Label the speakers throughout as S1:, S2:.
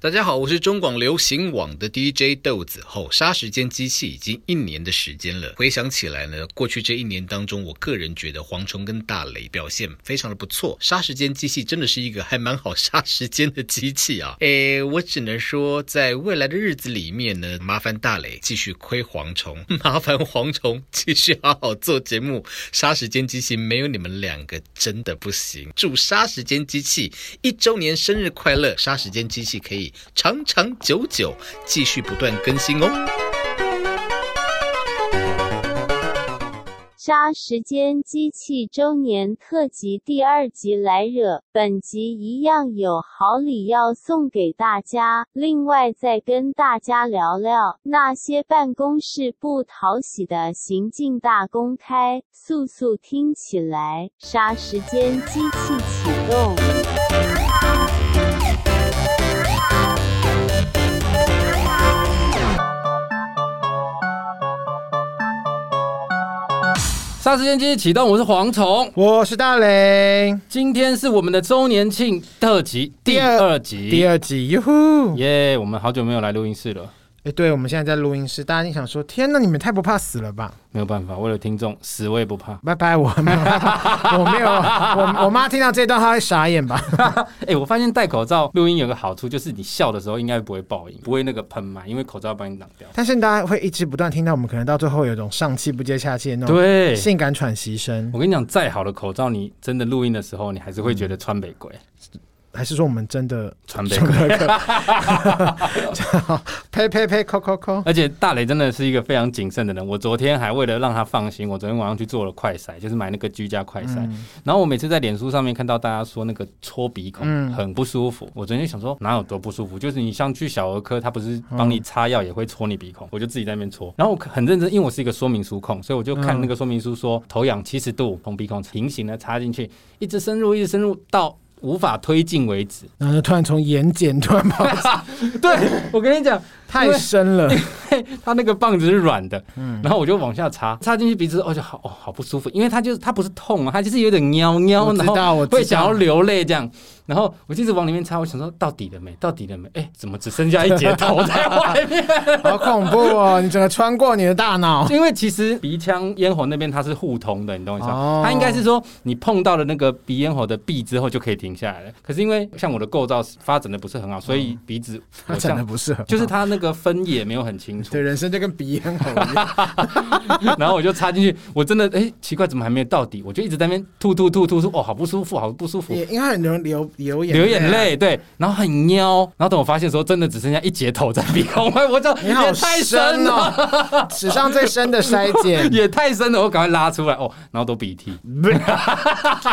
S1: 大家好，我是中广流行网的 DJ 豆子。吼，杀时间机器已经一年的时间了。回想起来呢，过去这一年当中，我个人觉得蝗虫跟大雷表现非常的不错。杀时间机器真的是一个还蛮好杀时间的机器啊。诶，我只能说，在未来的日子里面呢，麻烦大雷继续亏蝗虫， 麻烦蝗虫 继续好好做节目。杀时间机器没有你们两个真的不行。祝杀时间机器一周年生日快乐！杀时间机器可以。长长久久，继续不断更新哦。
S2: 杀时间机器周年特辑第二集来惹，本集一样有好礼要送给大家。另外再跟大家聊聊那些办公室不讨喜的行径大公开，速速听起来！杀时间机器启动。
S3: 杀时间机器启动，我是蝗虫。
S4: 我是大雷，
S3: 今天是我们的周年庆特辑第二集，
S4: 第二集，哟呼！哎、
S3: 耶我们好久没有来录音室了，
S4: 对，我们现在在录音室，大家一定想说，天哪，你们太不怕死了吧？
S3: 没有办法，为了听众，死我也不怕。
S4: 拜拜，我 没有，我没有，我我妈听到这段，她会傻眼吧？
S3: 哎、我发现戴口罩录音有个好处，就是你笑的时候应该不会爆音，不会那个喷麦，因为口罩把你挡掉。
S4: 但是大家会一直不断听到，我们可能到最后有一种上气不接下气的那种
S3: 对，
S4: 性感喘息声，
S3: 我跟你讲，再好的口罩，你真的录音的时候，你还是会觉得川北鬼，
S4: 还是说我们真的
S3: 川北鬼。
S4: 呸呸呸，扣扣扣？
S3: 而且大雷真的是一个非常谨慎的人。我昨天还为了让他放心，我昨天晚上去做了快筛，就是买那个居家快筛。然后我每次在脸书上面看到大家说那个戳鼻孔
S4: 嗯
S3: 很不舒服，我昨天就想说哪有多不舒服，就是你像去小儿科，他不是帮你擦药也会戳你鼻孔，我就自己在那边戳。然后我很认真，因为我是一个说明书控，所以我就看那个说明书说头仰七十度，从鼻孔平行的插进去，一直深入，一直深入到。无法推进为止。
S4: 然后就突然从眼睑突然跑，
S3: 对我跟你讲，因
S4: 太
S3: 为
S4: 深了，
S3: 它那个棒子是软的，
S4: 嗯
S3: 然后我就往下插，插进去鼻子，哦，就好，哦，好不舒服，因为它就是它不是痛啊，它就是有点喵喵，
S4: 我知
S3: 然
S4: 道
S3: 后
S4: 我知道
S3: 会想要流泪这样，然后我就一直往里面插，我想说到底了没，到底了没，哎，怎么只剩下一截头在外 面？
S4: 好恐怖哦！你整个穿过你的大脑，
S3: 因为其实鼻腔咽喉那边它是互通的，你懂我意思吗？
S4: 哦
S3: 它应该是说你碰到了那个鼻咽喉的壁之后就可以停下来了。可是因为像我的构造发展的不是很好，所以鼻子我
S4: 长哦得
S3: 像
S4: 不适合，
S3: 就是它那个分野没有很清楚
S4: 对，，人生就跟鼻咽喉 一样，
S3: 然后我就插进去，我真的哎、诶奇怪，怎么还没有到底？我就一直在那边吐吐吐吐吐，哦，好不舒服，好不舒服，
S4: 也因为很容易流流眼啊
S3: 流眼，泪，对，然后很喵，然后等我发现的时候，真的只剩下一截头在鼻孔外，我就
S4: 你好
S3: 也太深了，
S4: 哦， 史上最深的筛检。
S3: 也太深了，我赶快拉出来，哦，然后都鼻涕，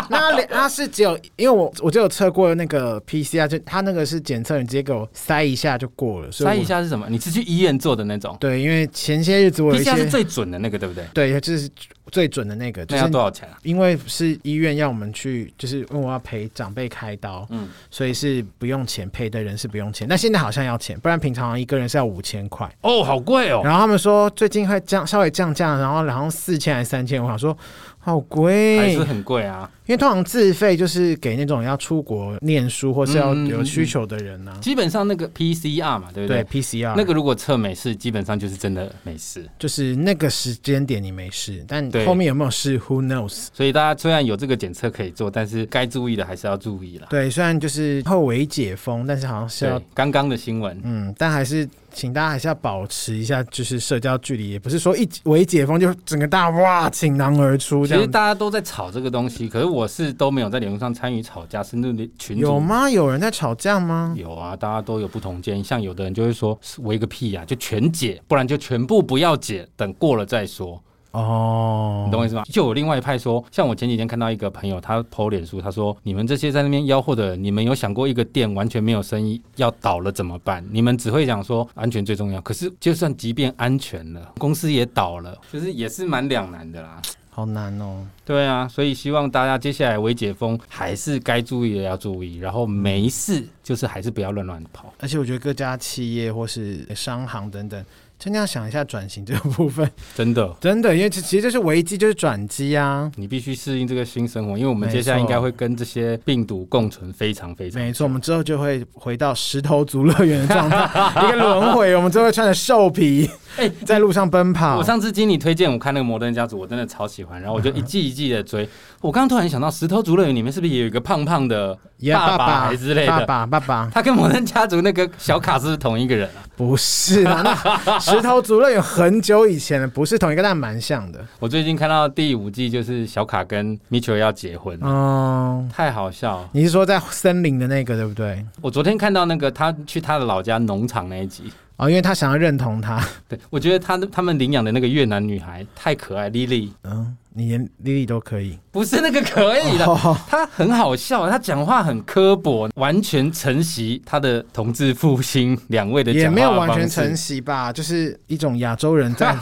S4: 那它是只有，因为我我就有测过那个 PCR，就它那个是检测，你直接给我塞一下就过了。所以
S3: 塞
S4: 我
S3: 一，下是什么？你是去医院做的那种
S4: 对，因为前些日子我有一
S3: ，PCR 是
S4: 些，
S3: 最准的那个，对不对？
S4: 对，就是最准的那个，就
S3: 那要
S4: 是
S3: 多少钱啊？
S4: 因为是医院要我们去，就是因为我要陪长辈开刀，
S3: 嗯
S4: 嗯，所以是不用钱，陪的人是不用钱，但现在好像要钱，不然平常一个人是要五千块。
S3: 哦，好贵哦。
S4: 然后他们说最近会降，稍微降价，然后然后四千还是三千，我想说好
S3: 还
S4: 贵，
S3: 是很贵啊！
S4: 因为通常自费就是给那种要出国念书或是要
S3: 嗯嗯嗯
S4: 有需求的人呢、啊。
S3: 基本上那个 PCR 嘛，对不
S4: 对
S3: 对？
S4: PCR
S3: 那个如果测美式，基本上就是真的美式。
S4: 就是那个时间点你没事，但
S3: 对
S4: 后面有没有事，Who knows？
S3: 所以大家虽然有这个检测可以做，但是该注意的还是要注意啦。
S4: 对，虽然就是后为解封，但是好像是要
S3: 对，刚刚的新闻，
S4: 嗯，但还是请大家还是要保持一下就是社交距离，也不是说一为解封就整个大家哇倾囊而出
S3: 其
S4: 这
S3: 实
S4: 样。
S3: 大家都在吵这个东西，可是我是都没有在脸书上参与吵架，甚至连群
S4: 有
S3: 主。
S4: 吗？有人在吵架吗？
S3: 有啊，大家都有不同建议。像有的人就会说，是围个屁呀、就全解，不然就全部不要解，等过了再说。
S4: 哦
S3: 你，懂我意思吗？就有另外一派说，像我前几天看到一个朋友，他 PO 脸书，他说：“你们这些在那边吆喝的人，你们有想过一个店完全没有生意要倒了怎么办？你们只会讲说安全最重要，可是就算即便安全了，公司也倒了，就是也是蛮两难的啦。”
S4: 好难哦。
S3: 对啊，所以希望大家接下来微解封还是该注意的要注意，然后没事就是还是不要乱乱跑。
S4: 而且我觉得各家企业或是商行等等，真的要想一下转型这个部分，
S3: 真的。
S4: 真的，因为其其实就是危机就是转机啊。
S3: 你必须适应这个新生活，因为我们接下来
S4: 没错
S3: 应该会跟这些病毒共存非常非常。
S4: 没错，我们之后就会回到石头族乐园的状态， 一个轮回。我们就会穿着兽皮
S3: 哎
S4: 在路上奔跑。
S3: 我上次经理推荐我看那个《摩登家族》，我真的超喜欢，然后我就一季一季的追。我刚刚突然想到，《石头族乐园》里面是不是也有一个胖胖的
S4: 耶
S3: 爸
S4: 爸
S3: 爸之类的？
S4: 爸爸爸爸
S3: 他跟《摩登家族》那个小卡是不是同一个人啊？
S4: 不是啦， 那石头族乐园很久以前了，不是同一个，但蛮像的。
S3: 我最近看到第五季，就是小卡跟 Mitchell 要结婚，
S4: 嗯，
S3: 太好笑了。
S4: 你是说在森林的那个对不对？
S3: 我昨天看到那个他去他的老家农场那一集，
S4: 哦，因为他想要认同他。
S3: 对我觉得他他们领养的那个越南女孩太可爱，Lily
S4: 嗯，你连莉莉都可以。
S3: 不是那个可以的，
S4: 哦
S3: 她很好笑，她讲话很刻薄，完全承袭她的同志复兴两位的
S4: 也
S3: 讲话
S4: 没有完全
S3: 方式
S4: 承袭吧，就是一种亚洲人 在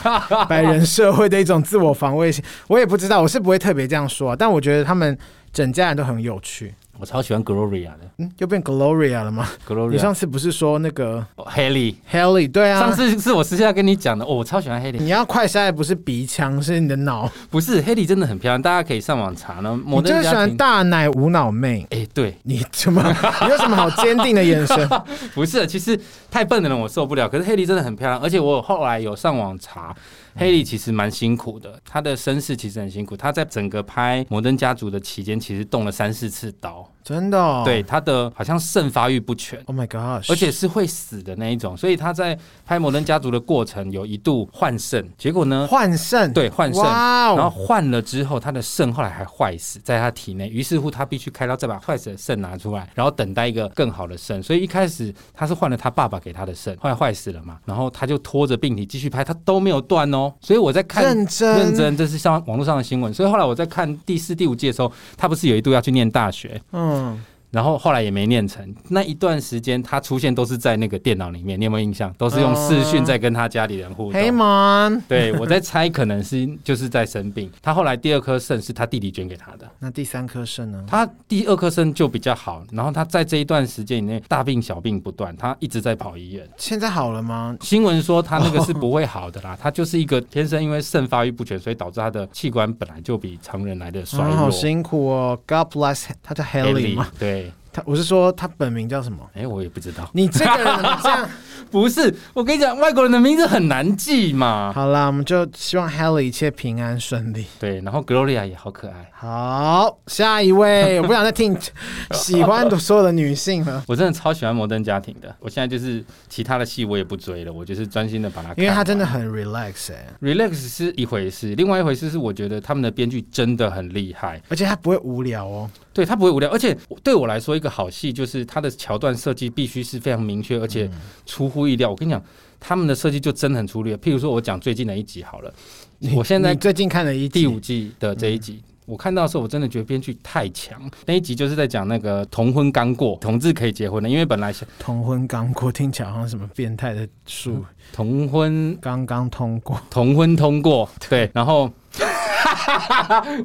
S4: 白人社会的一种自我防卫性。我也不知道，我是不会特别这样说、啊，但我觉得他们整家人都很有趣。
S3: 我超喜欢 Gloria 的
S4: 嗯，又变 Gloria 了吗？你
S3: Gloria
S4: 上次不是说那个
S3: Haley，、
S4: Haley？对啊，
S3: 上次是我私下跟你讲的，哦，我超喜欢 Haley，
S4: 你要快筛的不是鼻腔，是你的脑。
S3: 不是 Haley 真的很漂亮，大家可以上网查呢。
S4: 你
S3: 摩
S4: 就是
S3: 登
S4: 喜
S3: 家
S4: 欢
S3: 庭，
S4: 大奶无脑妹。
S3: 哎、对，
S4: 你 怎么？你有什么好坚定的眼神？
S3: 不是，其实太笨的人我受不了。可是黑莉真的很漂亮，而且我后来有上网查，黑
S4: 嗯
S3: 莉其实蛮辛苦的，她的身世其实很辛苦。她在整个拍《摩登家族》的期间，其实动了三四次刀，
S4: 真的、哦？
S3: 对她的好像肾发育不全。
S4: ，Oh my god！
S3: 而且是会死的那一种，所以她在拍《摩登家族》的过程有一度换肾，结果呢，
S4: 换肾，
S3: 对换肾，
S4: 哇
S3: 然后
S4: 哦！
S3: 换了之后，他的肾后来还坏死在他体内，于是乎他必须开刀再把坏死的肾拿出来，然后等待一个更好的肾。所以一开始他是换了他爸爸给他的肾，后来坏死了嘛，然后他就拖着病体继续拍，他都没有断哦。所以我在看
S4: 认真
S3: 认真，这是上网络上的新闻。所以后来我在看第四、第五季的时候，他不是有一度要去念大学，
S4: 嗯，
S3: 然后后来也没念成。那一段时间他出现都是在那个电脑里面，你有没有印象？都是用视讯在跟他家里人互动。
S4: 哦黑 man，
S3: 对，我在猜，可能是就是在生病。他后来第二颗肾是他弟弟捐给他的，
S4: 那第三颗肾呢？
S3: 他第二颗肾就比较好。然后他在这一段时间以内大病小病不断，他一直在跑医院。
S4: 现在好了吗？
S3: 新闻说他那个是不会好的啦，他就是一个天生因为肾发育不全，所以导致他的器官本来就比常人来的衰
S4: 啊
S3: 弱。
S4: 好辛苦哦，God bless，他叫 Haley 吗？
S3: 对，
S4: 他我是说他本名叫 什么？
S3: 哎、我也不知道。
S4: 你这个人怎么这样？
S3: 不是，我跟你讲，外国人的名字很难记嘛。
S4: 好啦，我们就希望 Haley 一切平安顺利。
S3: 对，然后 Gloria 也好可爱。
S4: 好，下一位，我不想再听你喜欢的所有的女 性了，
S3: 我真的超喜欢《摩登家庭》的，我现在就是其他的戏我也不追了，我就是专心的把它看完。
S4: 因为她真的很 relax 哎、
S3: relax 是一回事，另外一回事是我觉得他们的编剧真的很厉害，
S4: 而且她不会无聊哦。
S3: 对他不会无聊，而且对我来说一个好戏就是它的桥段设计必须是非常明
S4: 嗯
S3: 确，而且出乎意料。我跟你讲，他们的设计就真的很粗略。譬如说，我讲最近的一集好了，我现在
S4: 你最近看了一集嗯
S3: 第五季的这一集。我看到的时候，我真的觉得编剧太强。那一集就是在讲那个同婚刚过，同志可以结婚了，因为本来想
S4: 同婚刚过，听起来好像什么变态的 术，
S3: 同婚
S4: 刚刚通过，
S3: 同婚通过，对，然后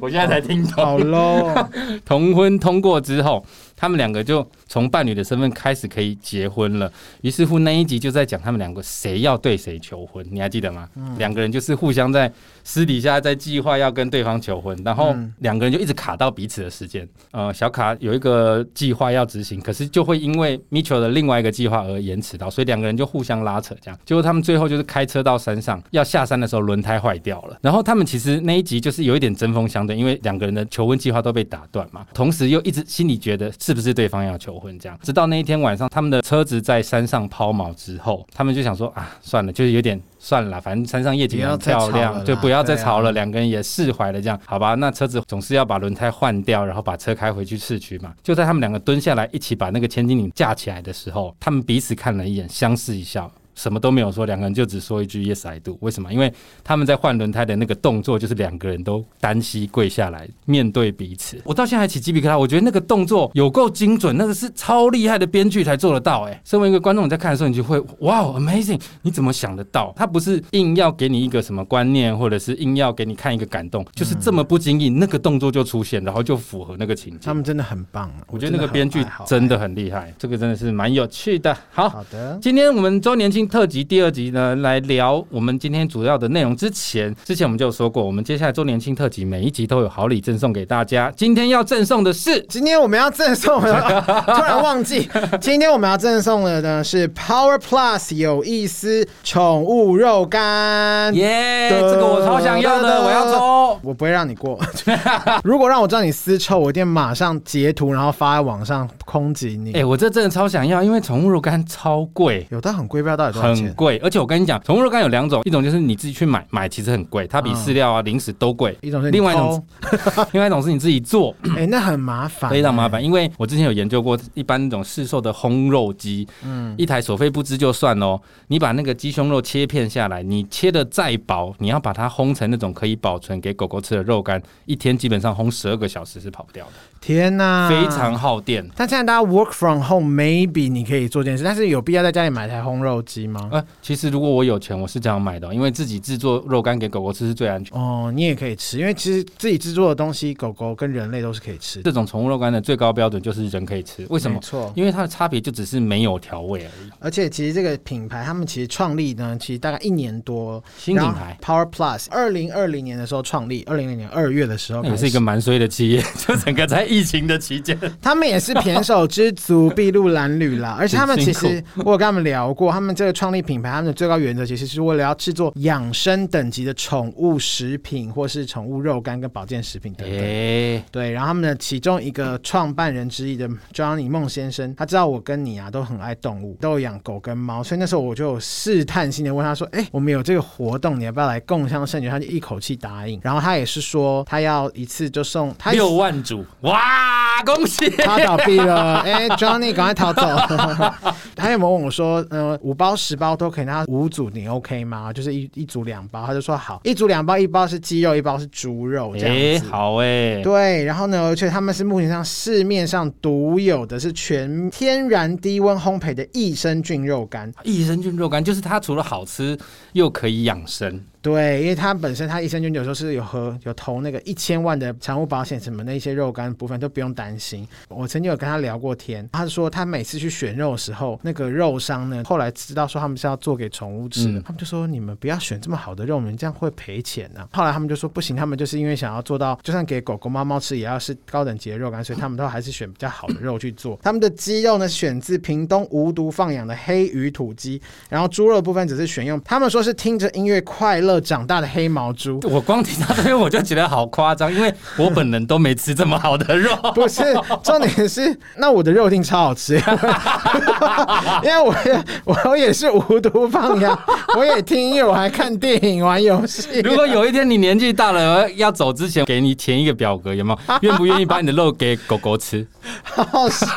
S3: 我现在才听懂，
S4: 好 low 哦。
S3: 同婚通过之后，他们两个就从伴侣的身份开始可以结婚了。于是乎那一集就在讲他们两个谁要对谁求婚，你还记得吗？两个人就是互相在私底下在计划要跟对方求婚，然后两个人就一直卡到彼此的时间。呃，小卡有一个计划要执行，可是就会因为 Mitchell 的另外一个计划而延迟到，所以两个人就互相拉扯这样。结果他们最后就是开车到山上，要下山的时候轮胎坏掉了。然后他们其实那一集就是有一点针锋相对，因为两个人的求婚计划都被打断嘛，同时又一直心里觉得是不是对方要求婚这样。直到那一天晚上，他们的车子在山上抛锚之后，他们就想说啊，算了，就是有点算了啦，反正山上夜景
S4: 不要
S3: 很
S4: 再吵
S3: 漂
S4: 了啦
S3: 亮，就不要再
S4: 对啊
S3: 吵了。两个人也释怀了，这样好吧？那车子总是要把轮胎换掉，然后把车开回去市区嘛。就在他们两个蹲下来一起把那个千斤顶架起来的时候，他们彼此看了一眼，相视一笑。什么都没有说，两个人就只说一句 “Yes I do”。为什么？因为他们在换轮胎的那个动作，就是两个人都单膝跪下来面对彼此。我到现在还起鸡皮疙瘩，我觉得那个动作有够精准，那个是超厉害的编剧才做得到、哎，身为一个观众，你在看的时候，你就会哇，amazing！你怎么想得到？他不是硬要给你一个什么观念，或者是硬要给你看一个感动，就是这么不经意，那个动作就出现，然后就符合那个情
S4: 他
S3: 境。
S4: 们真的很棒、啊，
S3: 我觉得那个
S4: 真的很
S3: 编剧
S4: 爱好哎
S3: 真的很厉害，这个真的是蛮有趣的。好，
S4: 好的。
S3: 今天我们周年庆特辑第二集呢来聊我们今天主要的内容之前，之前我们就有说过，我们接下来周年庆特辑每一集都有好礼赠送给大家。今天要赠送的是
S4: 今天我们要赠送的， 突然忘记，今天我们要赠送的呢是 Power Plus 有意思宠物肉干。
S3: 耶这个我超想要的，我要抽。
S4: 我不会让你过。 如果让我知道你私臭，我一定马上截图，然后发在网上空击你。
S3: 哎、我这真的超想要，因为宠物肉干超贵。
S4: 有到很贵，不知道到底多少
S3: 很
S4: 钱。
S3: 贵，而且我跟你讲，宠物肉干有两种，一种就是你自己去买，买其实很贵，它比饲料啊、零食都贵；
S4: 一种是你
S3: 另外一种， 另外一种是你自己做，
S4: 哎、那很麻烦、
S3: 非常麻烦。因为我之前有研究过，一般那种市售的烘肉机，嗯，一台所费不知就算喽，你把那个鸡胸肉切片下来，你切的再薄，你要把它烘成那种可以保存给狗狗吃的肉干，一天基本上烘十二个小时是跑不掉的，
S4: 天哪，
S3: 非常。耗电。
S4: 但现在大家 work from home，maybe 你可以做这件事，但是有必要在家里买台烘肉机吗？
S3: 呃，其实如果我有钱，我是这样买的哦，因为自己制作肉干给狗狗吃是最安全的。
S4: 哦，你也可以吃，因为其实自己制作的东西，狗狗跟人类都是可以吃的。
S3: 这种宠物肉干的最高标准就是人可以吃，为什么
S4: 没？错，
S3: 因为它的差别就只是没有调味而已。
S4: 而且其实这个品牌他们其实创立呢，其实大概一年多。
S3: 新品牌。
S4: Power Plus，二零二零年的时候创立，二零零年二月的时候
S3: 那也
S4: 开
S3: 是一
S4: 始
S3: 个，蛮衰的企业，就整个在疫情的期间，
S4: 他们也是胼手知足、筚路蓝缕啦。而且他们 其
S3: 很
S4: 实我有跟他们聊过，他们这个创立品牌，他们的最高原则其实是为了要制作养生等级的宠物食品，或是宠物肉干跟保健食品等等。
S3: 哎，
S4: 对，然后他们的其中一个创办人之一的 Johnny 孟先生，他知道我跟你啊都很爱动物，都有养狗跟猫，所以那时候我就有试探性的问他说：“哎，我们有这个活动，你要不要来共襄盛举？”他就一口气答应，然后他也是说他要一次就送 他
S3: 六万组，哇，恭 喜！
S4: 他倒闭了，哎、j o h n n y 赶快逃走。他有没有问我说，嗯、五包十包都可以，那五组你 OK 吗？就是一一组两包，他就说好，一组两包，一包是鸡肉，一包是猪肉这
S3: 哎，
S4: 样子。
S3: 好哎，
S4: 对，然后呢，而且他们是目前上市面上独有的是全天然低温烘焙的益生菌肉干。
S3: 益生菌肉干就是它除了好吃，又可以养生。
S4: 对，因为它本身它益生菌有时候是有和有投那个一千万的产物保险什么的一些肉干部分都不用担心。我曾经有跟他聊过天，他说他每次去选肉的时候，那个肉商呢，后来知道说他们是要做给宠物吃的，
S3: 嗯
S4: 他们就说你们不要选这么好的肉，你们这样会赔钱啊。后来他们就说不行，他们就是因为想要做到，就算给狗狗、猫猫吃，也要是高等级的肉干，所以他们都还是选比较好的肉去做。 他们的鸡肉呢，选自屏东无毒放养的黑鱼土鸡，然后猪肉的部分只是选用，他们说是听着音乐快乐长大的黑毛猪。
S3: 我光听到这边我就觉得好夸张，因为我本人都没吃这么好的 肉。
S4: 不是，重点是，那我的肉一定超好吃， 因为我也我也是无毒放养，我也听音乐，我还看电影、玩游戏。
S3: 如果有一天你年纪大了要走之前，给你填一个表格，有没有？愿不愿意把你的肉给狗狗吃？
S4: 好笑。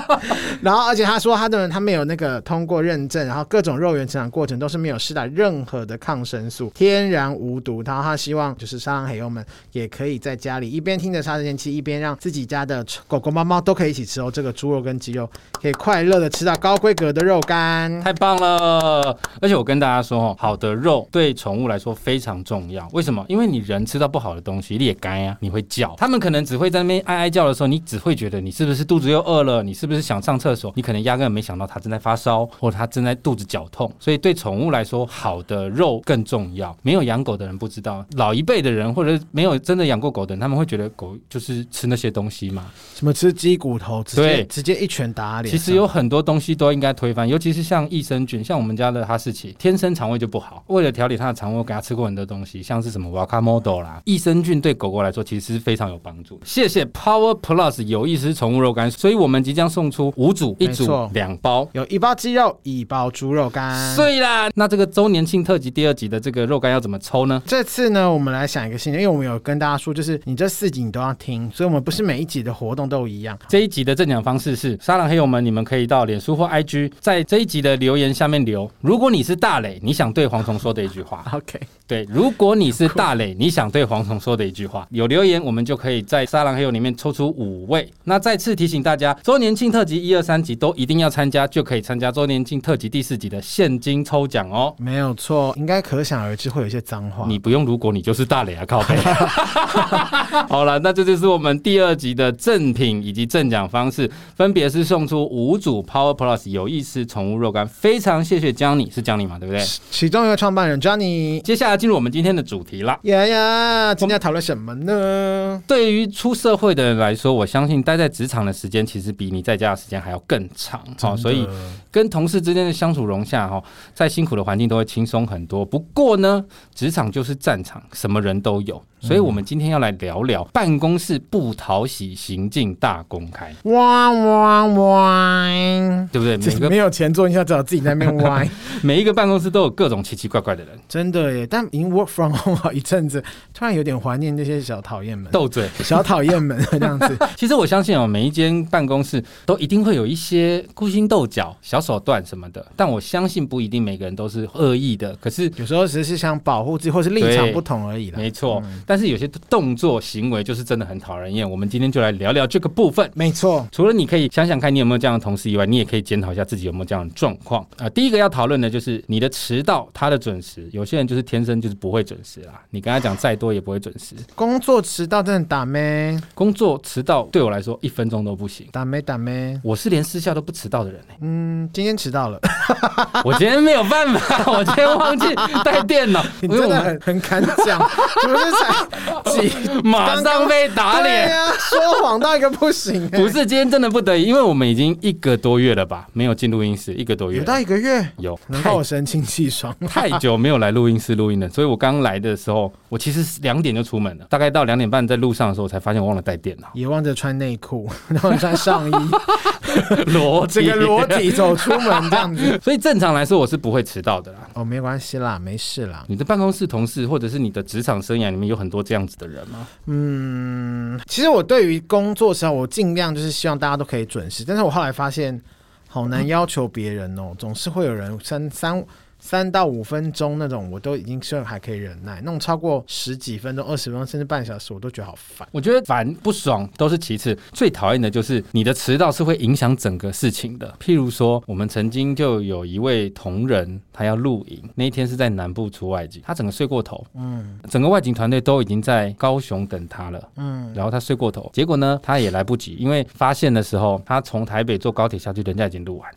S4: 然后，而且他说他的他没有那个通过认证，然后各种肉源成长过程都是没有施打任何的抗生素，天然无毒。然后他希望就是沙朗黑友们也可以在家里一边听着杀时间器，一边让自己家的狗狗、猫猫都可以一起吃哦，这个猪肉跟鸡肉，可以快乐的吃到高规格的肉干。
S3: 太棒了！而且我跟大家说哦，好的肉对宠物来说非常重要。为什么？因为你人吃到不好的东西，裂该啊，你会叫。他们可能只会在那边哀哀叫的时候，你只会觉得你是不是肚子又饿了，你是不是想上厕所？你可能压根没想到它正在发烧，或者它正在肚子绞痛。所以对宠物来说，好的肉更重要。没有养狗的人不知道，老一辈的人或者没有真的养过狗的人，他们会觉得狗就是吃那些东西嘛。
S4: 什么吃鸡骨头，直接
S3: 对
S4: 直接一拳打脸。
S3: 其实有很多东西都应该推翻，尤其是像益生菌，像我们家的哈士奇，天生肠胃就不好。为了调理它的肠胃，我给它吃过很多东西，像是什么瓦卡 model 啦，益生菌对狗狗来说其实是非常有帮助。谢谢 Power Plus 有意思宠物肉干，所以我们即将送出五组，一
S4: 没错
S3: 组两包。
S4: 有一包鸡肉，一包猪肉干。
S3: 所以啦，那这个周年庆特辑第二集的这个肉干要怎么抽呢？
S4: 这次呢，我们来想一个新的，因为我们有跟大家说，就是你这四集你都要听，所以我们不是每一集的活动都一样。
S3: 这一集的赠奖方式是沙朗黑友们，你们可以到脸书或 IG，在这一集的留言下面留。如果你是大磊，你想对蝗虫说的一句话，
S4: OK，
S3: 对，如果你是大磊，你想对蝗虫说的一句话，有留言，我们就可以在沙狼黑友里面抽出五位。那再次提醒大家，周年庆特辑一二三集都一定要参加，就可以参加周年庆特辑第四集的现金抽奖哦。
S4: 没有错，应该可想而而知会有一些脏话。
S3: 你不用，如果你就是大磊啊，靠背。好了，那这就是我们第二集的赠品以及赠奖方式，分别是送出五组 Power Plus 有意思宠物肉干。非常谢谢江你，是江你嘛，对不对？
S4: 其中一个创办人 Johnny，
S3: 接下来进入我们今天的主题啦。
S4: 呀呀，今天要讨论什么呢？
S3: 对于出社会的人来说，我相信待在职场的时间其实比你在家的时间还要更长哦，所以跟同事之间的相处融洽哦，在辛苦的环境都会轻松很多。不过呢，职场就是战场，什么人都有，所以我们今天要来聊聊办公室不讨喜行径大公开，
S4: 哇哇哇！
S3: 对不 对？每个
S4: 没有钱做，你要找自己在那边 歪。
S3: 每一个办公室都有各种奇奇怪怪的人
S4: 真的耶！但已经 work from home 好一阵子，突然有点怀念那些小讨厌们、
S3: 斗嘴。
S4: 小讨厌们这 样子。
S3: 其实我相信哦，每一间办公室都一定会有一些勾心斗角、小手段什么的，但我相信不一定每个人都是恶意的。可是
S4: 有时候只是想保护自己，或是立场不同而已啦。嗯
S3: 没错，但是有些动作行为就是真的很讨人厌。我们今天就来聊聊这个部分。
S4: 没错，
S3: 除了你可以想想看你有没有这样的同事以外，你也可以检讨一下自己有没有这样的状况啊、呃第一个要讨论的就是你的迟到，他的准时。有些人就是天生就是不会准时啦，你跟他讲再多也不会准时。
S4: 工作迟到真的打咩？
S3: 工作迟到对我来说一分钟都不行，
S4: 打咩打咩？
S3: 我是连私下都不迟到的人、欸
S4: 嗯，今天迟到 了，
S3: 我今天没有办法，我今天忘记带电脑，
S4: 你
S3: 因为
S4: 真
S3: 我
S4: 的
S3: 们
S4: 很很敢讲， 不是才几
S3: 马上被打
S4: 对
S3: 脸。
S4: 呀、说谎到一个不行、欸，
S3: 不是，今天真的不得已，因为我们已经一个多月了吧，没有进录音室，一个多月
S4: 欸有到一个月，
S3: 有
S4: 难怪
S3: 太
S4: 我神清气爽。
S3: 太久没有来录音室录音了，所以我刚来的时候，我其实两点就出门了，大概到两点半在路上的时候，我才发现我忘了带电 脑，
S4: 也忘着穿内裤， 然后穿上 衣，
S3: 裸
S4: 整个裸。体走出门这样子。
S3: 所以正常来说，我是不会迟到的啦。
S4: 哦，没关系啦，没事啦。
S3: 你的办公室同事，或者是你的职场生涯里面，有很多这样子的人吗？
S4: 嗯，其实我对于工作上，我尽量就是希望大家都可以准时，但是我后来发现，好难要求别人哦，总是会有人三三。三到五分钟那种，我都已经算还可以忍耐。那种超过十几分钟、二十分钟，甚至半小时，我都觉得好烦。
S3: 我觉得烦不爽都是其次，最讨厌的就是你的迟到是会影响整个事情的。譬如说，我们曾经就有一位同仁，他要露营，那一天是在南部出外景，他整个睡过头，
S4: 嗯
S3: 整个外景团队都已经在高雄等他了。
S4: 嗯，
S3: 然后他睡过头，结果呢，他也来不及，因为发现的时候，他从台北坐高铁下去，人家已经录完了，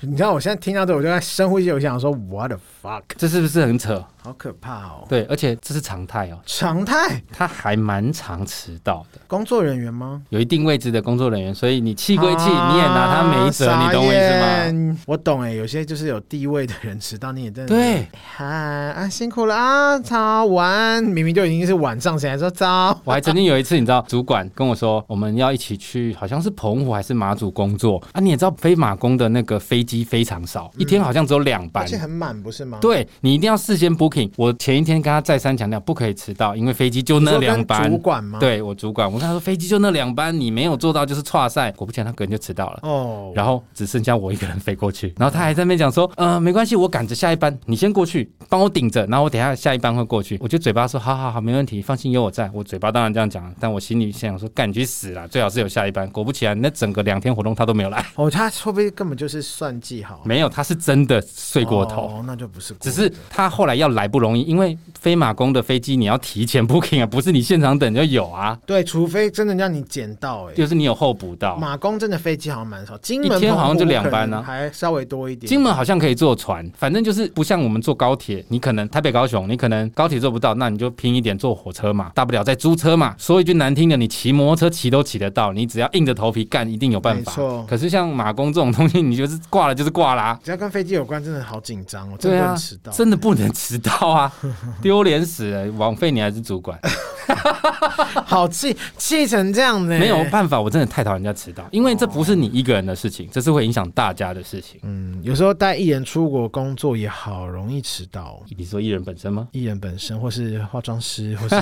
S4: 你知道我现在听到这，我就在深呼吸，我想说，what the fuck，
S3: 这是不是很扯？
S4: 好可怕哦！
S3: 对，而且这是常态哦，
S4: 常态
S3: 他还蛮常迟到的。
S4: 工作人员吗？
S3: 有一定位置的工作人员，所以你气归气，
S4: 啊
S3: 你也拿他没辙，你懂我意思？
S4: 傻
S3: 吗？
S4: 眼我懂哎、有些就是有地位的人迟到，你也真的
S3: 对，
S4: 嗨啊，辛苦了啊，早晚安，明明就已经是晚上，谁还说早？
S3: 我还曾经有一次，你知道，主管跟我说，我们要一起去，好像是澎湖还是马祖工作啊。你也知道，飞马工的那个飞机非常少，一天好像只有两班
S4: 嗯而。且很满，不是吗？，
S3: 对你一定要事先 booking。我前一天跟他再三强调，不可以迟到，因为飞机就那两班
S4: 主。管吗？，
S3: 对我主管，我跟他说飞机就那两班，你没有做到就是差赛。果不其然，他个人就迟到了。
S4: 哦，
S3: 然后只剩下我一个人飞过去，然后他还在那边讲说，呃，没关系，我赶着下一班，你先过去，帮我顶着，然后我等一下下一班会过去。我就嘴巴说，好好好，没问题，放心，有我在。我嘴巴当然这样讲，但我心里想说，干你去死啦，最好是有下一班。果不其然，那整个两天活动他都没有来，
S4: 哦，他会不会根本就是算计好？
S3: 没有，他是真的睡过头。
S4: 哦，那就不是故
S3: 只
S4: 意的，
S3: 是他后来要来不容易，因为飞马工的飞机你要提前 booking 啊，不是你现场等就有啊，
S4: 对，除非真的让你捡到哎、
S3: 就是你有候补到。
S4: 马工真的飞机好像蛮少，金门
S3: 一天好像就
S4: 澎湖
S3: 两班
S4: 可能
S3: 啊
S4: 还稍微多一点。
S3: 金门好像可以坐船，反正就是不像我们坐高铁，你可能台北高雄，你可能高铁坐不到，那你就拼一点坐火车嘛，大不了再租车嘛。说一句难听的，你骑摩托车骑都骑得到，你只要硬着头皮干，一定有办
S4: 没
S3: 法
S4: 错。
S3: 可是像马工这种东西，你就是挂了就是挂啦、
S4: 只要跟飞机有关，真的好紧张哦，真
S3: 对
S4: 的
S3: 啊
S4: 不能迟到，，
S3: 真的不能迟到 啊，丢脸死了！枉费你还是主管，
S4: 好气气成这样呢、
S3: 没有办法，我真的太讨厌人家迟到，因为这不是你一个人的事情，这是会影响大家的事情。
S4: 哦嗯，有时候带艺人出国工作也好容易迟到，
S3: 你说艺人本身吗？
S4: 艺人本身或是化妆师 或是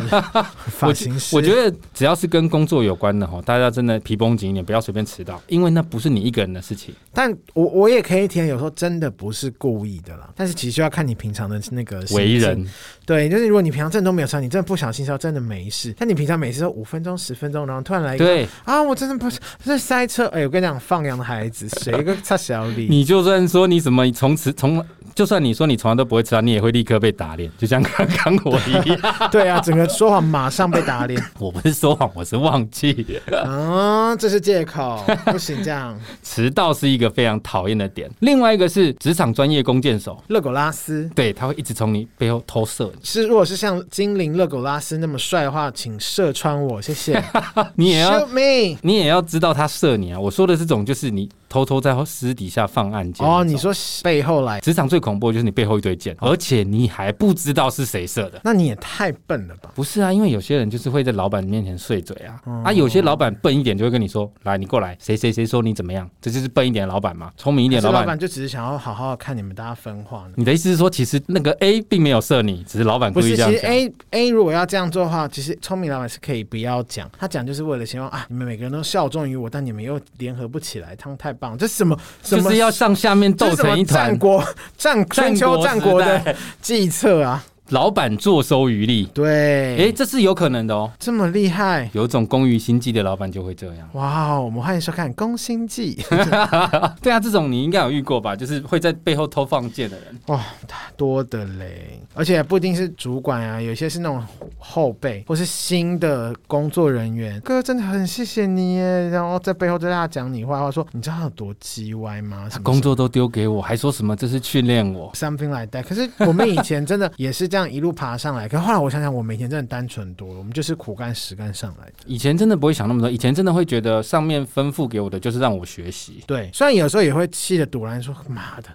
S4: 发型师，
S3: 嗯我觉得只要是跟工作有关的哈，大家真的皮绷紧一点，不要随便迟到，因为那不是你一个人的事情。
S4: 但我我也可以体验，有时候真的不是故意的啦。但是其实就要看你平常的那个心
S3: 为
S4: 境
S3: 人，
S4: 对，就是如果你平常真的都没有穿，你真的不小心超，真的没事。但你平常每次都五分钟、十分钟，然后突然来一个
S3: 对
S4: 啊，我真的不是 这塞车。哎、我跟你讲，放羊的孩子谁个差小李？
S3: 你就算说你什么从此从就算你说你从来都不会吃到，你也会立刻被打脸，就像刚刚我一 样。
S4: 对啊，整个说谎马上被打脸
S3: 我不是说谎，我是忘记。
S4: 啊，这是借口，不行 这样。
S3: 迟到是一个非常讨厌的点。另外一个是职场专业弓箭手，
S4: 勒狗拉斯
S3: 对他会一直从你背后偷射你，
S4: 是，如果是像精灵勒狗拉斯那么帅的话，请射穿我，谢谢。啊
S3: 你也要
S4: Shoot me！
S3: 你也要知道他射你啊。我说的这种就是你偷偷在私底下放暗箭那种。
S4: 哦，你说背后来，
S3: 职场最恐怖的就是你背后一堆箭，
S4: 哦
S3: 而且你还不知道是谁射的。
S4: 那你也太笨了吧？
S3: 不是啊，因为有些人就是会在老板面前碎嘴啊，
S4: 哦
S3: 啊，有些老板笨一点就会跟你说，来，你过来，谁谁谁说你怎么样，这就是笨一点的老板嘛，聪明一
S4: 可
S3: 点
S4: 是
S3: 的老板嗯
S4: 老板。就只是想要好好看你们大家分化呢。
S3: 你的意思是说，其实那个 A 并没有射你，只是老板故
S4: 不
S3: 意
S4: 是，
S3: 这样
S4: 其实
S3: 讲。
S4: A A 如果要这样做的话，其实聪明老板是可以不要讲，他讲就是为了希望啊，你们每个人都效忠于我，但你们又联合不起来，他们太棒了，这是什么什
S3: 就
S4: 么
S3: 是要上下面
S4: 这
S3: 斗
S4: 是什么
S3: 成一团
S4: 战。国战春秋
S3: 战
S4: 战
S3: 国
S4: 国
S3: 时代
S4: 的计策啊，
S3: 老板坐收渔利，
S4: 对，
S3: 诶，这是有可能的哦。
S4: 这么厉害。
S3: 有种工于心计的老板就会这样。
S4: 哇哦！我们欢迎收看《宫心计》
S3: 对啊，这种你应该有遇过吧？就是会在背后偷放箭的人。
S4: 哇，太多的嘞，而且不一定是主管啊，有些是那种后辈或是新的工作人员。哥真的很谢谢你耶，然后在背后对大家讲你坏话，说你知道他有多叽歪吗？什么
S3: 工作都丢给我，还说什么这是训练我？
S4: something like that。可是我们以前真的也是这样一路爬上来，可后来我想想，我们以前真的单纯多了，我们就是苦干实干上来的。
S3: 以前真的不会想那么多，以前真的会觉得上面吩咐给我的就是让我学习。
S4: 对，虽然有时候也会气得堵然说：“妈的，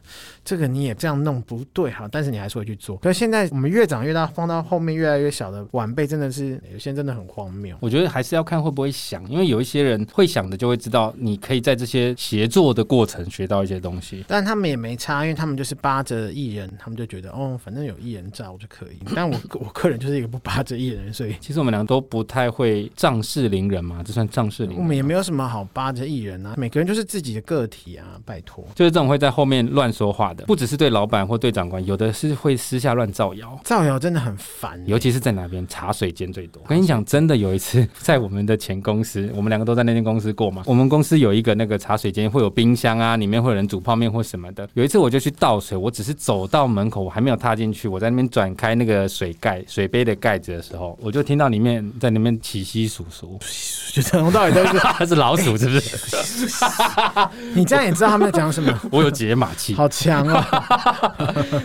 S4: 这个你也这样弄不对哈。”但是你还是会去做。可是现在我们越长越大，放到后面越来越小的晚辈，真的是有些人真的很荒谬。
S3: 我觉得还是要看会不会想，因为有一些人会想的就会知道，你可以在这些协作的过程学到一些东西。
S4: 但他们也没差，因为他们就是扒着艺人，他们就觉得哦，反正有艺人照就可以。但我 我个人就是一个不扒着艺人的，所以
S3: 其实我们俩都不太会仗势凌人嘛，这算仗势凌
S4: 我
S3: 人吗。
S4: 们也没有什么好扒着艺人啊。每个人就是自己的个体啊，拜托。
S3: 就是这种会在后面乱说话的，不只是对老板或对长官，有的是会私下乱造谣。
S4: 造谣真的很烦、
S3: 尤其是在哪边茶水间最多。我跟你讲，真的有一次在我们的前公司，我们两个都在那间公司过嘛。我们公司有一个那个茶水间会有冰箱啊，里面会有人煮泡面或什么的。有一次我就去倒水，我只是走到门口，我还没有踏进去，我在那边转开那个水盖水杯的盖子的时候，我就听到里面在那边起窸窣 窣，
S4: 就从头到尾都是，
S3: 是老鼠是不是？
S4: 你这样也知道他们在讲什么，
S3: 我有解码器，
S4: 好强哦。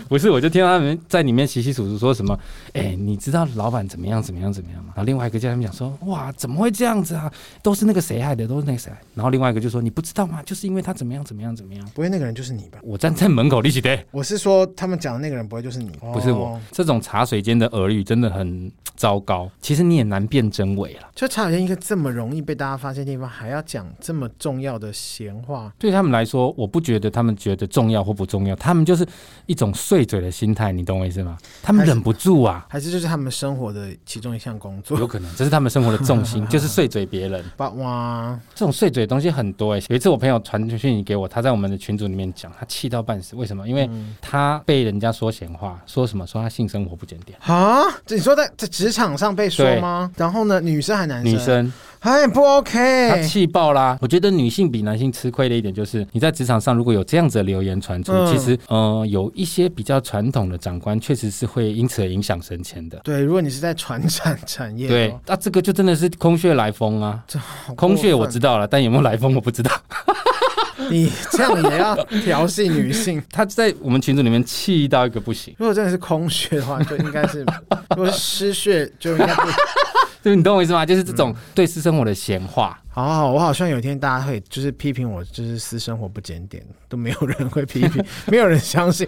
S3: 不是，我就听到他们在里面稀稀疏疏说什么，哎、你知道老板怎么样怎么样怎么样吗？然后另外一个叫他们讲说，哇，怎么会这样子啊？都是那个谁害的，都是那个谁害。然后另外一个就说，你不知道吗？就是因为他怎么样怎么样怎么样。
S4: 不会那个人就是你吧？
S3: 我站在门口立起对，
S4: 我是说，他们讲的那个人不会就是你，
S3: 不是我。
S4: 哦
S3: 这种茶水间的耳语真的很糟糕，其实你也难辨真伪啦。
S4: 就茶水间一个这么容易被大家发现的地方，还要讲这么重要的闲话，
S3: 对他们来说，我不觉得他们觉得重要或不重要，他们就是一种碎嘴的心态，你懂我意思吗？他们
S4: 还是
S3: 忍不住 啊，
S4: 还是就是他们生活的其中一项工
S3: 有
S4: 作。
S3: 可能这是他们生活的重心，就是碎嘴别人。
S4: 哇哇，
S3: 这种碎嘴的东西很多哎、有一次我朋友传讯息给我，他在我们的群组里面讲，他气到半死。为什么？因为他被人家说闲话，说什么说他性生活不检点。
S4: 啊！这你说在在职场上被说
S3: 对
S4: 吗？然后呢，女生还男生？
S3: 女生，
S4: 哎不
S3: 她
S4: OK，
S3: 气爆啦！我觉得女性比男性吃亏的一点就是，你在职场上如果有这样子的留言传出，
S4: 嗯
S3: 其实，呃，有一些比较传统的长官确实是会因此而影响升迁的。
S4: 对，如果你是在传产产业，
S3: 对，，那、这个就真的是空穴来风啊！空穴我知道了，但有没有来风我不知道。
S4: 道，你这样也要调戏女性。
S3: 他在我们群组里面气到一个不行，
S4: 如果真的是空穴的话，就应该是；如果是失血，就应该不
S3: 对，你懂我意思吗？就是这种对私生活的闲话，
S4: 好好，我好像有一天大家会就是批评我，就是私生活不检点，都没有人会批评， 没有人相信。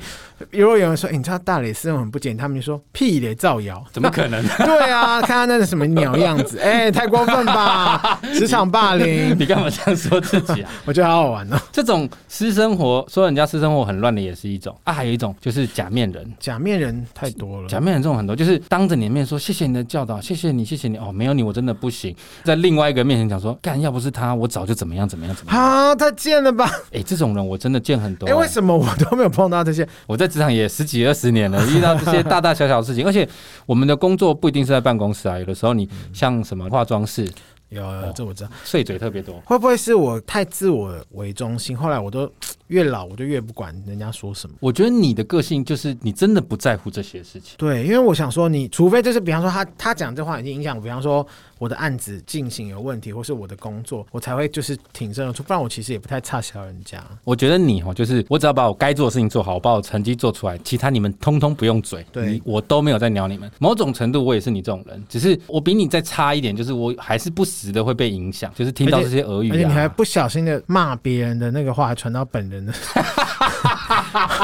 S4: 如果有人说、欸你知道大磊私生活很不检点，他们就说屁咧，造谣。
S3: 怎么可能？
S4: 对啊，看他那个什么鸟样子，哎、太过分吧，职场霸凌，
S3: 你干嘛这样说自己 啊？
S4: 我觉得好好玩哦。
S3: 这种私生活说人家私生活很乱的也是一种啊，还有一种就是假面人。
S4: 假面人太多了，
S3: 假面人这种很多，就是当着你的面说谢谢你的教导，谢谢你，谢谢你哦，没有你我真的不行。在另外一个面前讲说，干要不是他，我早就怎么样怎么样怎么样。
S4: 啊，太贱了吧？
S3: 哎、这种人我真的见很多、啊
S4: 哎、为什么我都没有碰到这些？
S3: 我在职场也十几二十年了， 遇到这些大嗯大小小的事情，而且我们的工作不一定是在办公室啊，有的时候你像什么化妆室，
S4: 有有，这我知道。
S3: 碎嘴特别多。
S4: 会不会是我太自我为中心？后来我都越老，我就越不管人家说什么。
S3: 我觉得你的个性就是你真的不在乎这些事情。
S4: 对，因为我想说你，除非就是比方说他他讲这话已经影响，比方说我的案子进行有问题，或是我的工作，我才会就是挺身而出，不然我其实也不太差小人家。
S3: 我觉得你哦，就是我只要把我该做的事情做好，我把我成绩做出来，其他你们通通不用嘴，
S4: 对
S3: 你我都没有在鸟你们。某种程度，我也是你这种人，只是我比你再差一点，就是我还是不时的会被影响，就是听到这些俄语、啊
S4: 而且你还不小心的骂别人的那个话，还传到本人的。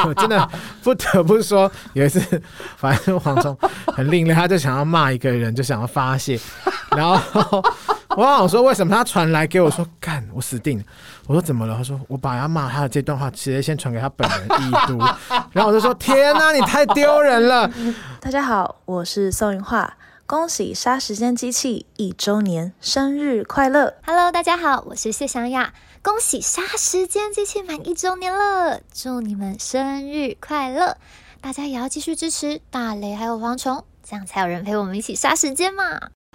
S4: 我真的不得不说，有一次，反正黄忠很另类，他就想要骂一个人，就想要发泄，然后我想说为什么他传来给我说，干我死定了，我说怎么了？他说我把他骂他的这段话直接先传给他本人已读，然后我就说天哪、你太丢人 了，
S5: 大家好，我是宋云画，恭喜《杀时间机器》一周年生日快乐！
S6: Hello，大家好，我是谢祥雅，恭喜《杀时间机器》满一周年了，祝你们生日快乐！大家也要继续支持大雷还有蝗虫，这样才有人陪我们一起杀时间嘛。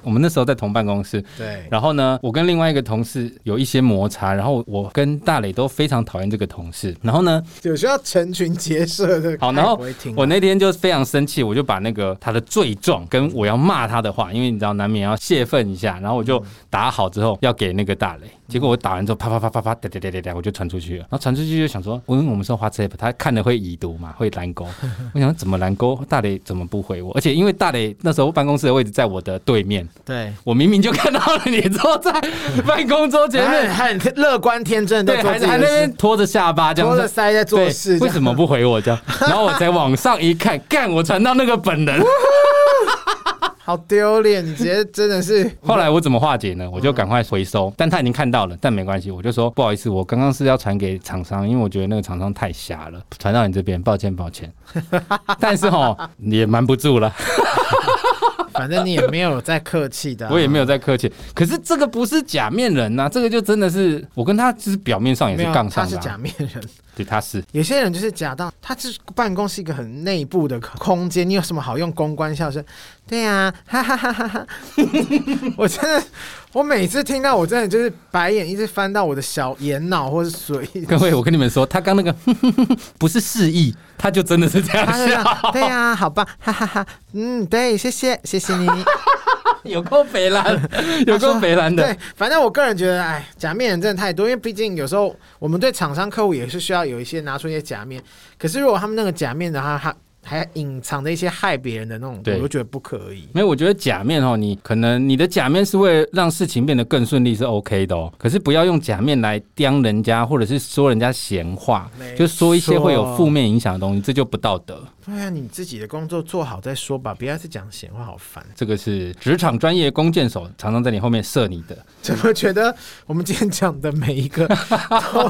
S3: 我们那时候在同办公室，
S4: 对，
S3: 然后呢，我跟另外一个同事有一些摩擦，然后我跟大磊都非常讨厌这个同事。然后呢，
S4: 有需要成群结社的，
S3: 好，然
S4: 他也
S3: 后
S4: 不会听啊
S3: 我那天就非常生气，我就把那个他的罪状跟我要骂他的话，因为你知道难免要泄愤一下，然后我
S4: 嗯
S3: 就打好之后要给那个大雷，结果我打完之后啪啪啪啪啪哒哒哒哒哒，我就传出去了，然后传出去就想说，我我们说 WhatsApp，他看了会已读嘛，会拦 钩，我想怎么拦钩，大雷怎么不回我？而且因为大雷那时候办公室的位置在我的对面，
S4: 对。
S3: 我明明就看到了你坐在办公桌前面，
S4: 还很乐观天真的
S3: 对，
S4: 在做
S3: 还
S4: 自己
S3: 还在
S4: 的
S3: 那
S4: 事
S3: 边，拖着下巴这样
S4: 拖
S3: 子，
S4: 着腮在做
S3: 对
S4: 事，
S3: 为什么？不回我这样？然后我在网上一看， 干，我传到那个本人。
S4: 好丢脸！你直接真的是
S3: 后来我怎么化解呢？我就赶快回
S4: 嗯
S3: 收，但他已经看到了，但没关系，我就说不好意思，我刚刚是要传给厂商，因为我觉得那个厂商太瞎了，传到你这边，抱歉抱 歉。但是哈，也瞒不住了，
S4: 啊反正你也没有在客气的啊、
S3: 我也没有在客气。可是这个不是假面人呐、这个就真的是我跟他就是表面上也
S4: 没
S3: 是
S4: 有，
S3: 杠
S4: 他
S3: 上
S4: 是
S3: 的、啊
S4: 假，面人。
S3: 对，他是。
S4: 有些人就是假到，他是办公是一个很内部的空间，你有什么好用公关笑声？对呀、哈哈哈哈 哈！我真的，我每次听到我真的就是白眼一直翻到我的小眼脑或是嘴。
S3: 各位，我跟你们说，他刚那个 不是示意，他就真的是这样
S4: 他就这
S3: 笑，
S4: 样对呀、好棒，哈哈哈！嗯，对，谢谢，谢谢你。
S3: 有够北 蓝，有够北蓝的。
S4: 对，反正我个人觉得，哎，假面人真的太多，因为毕竟有时候我们对厂商客户也是需要有一些拿出一些假面。可是如果他们那个假面的话，还还隐藏着一些害别人的那种，
S3: 对
S4: 我就觉得不可以。
S3: 没有，我觉得假面哦，你可能你的假面是为了让事情变得更顺利是 OK 的哦，可是不要用假面来刁人家，或者是说人家闲话
S4: 没，
S3: 就说一些会有
S4: 错
S3: 负面影响的东西，这就不道德。
S4: 对啊，你自己的工作做好再说吧，不要再讲闲话，好烦。
S3: 这个是职场专业弓箭手常常在你后面射你的。
S4: 怎么觉得我们今天讲的每一个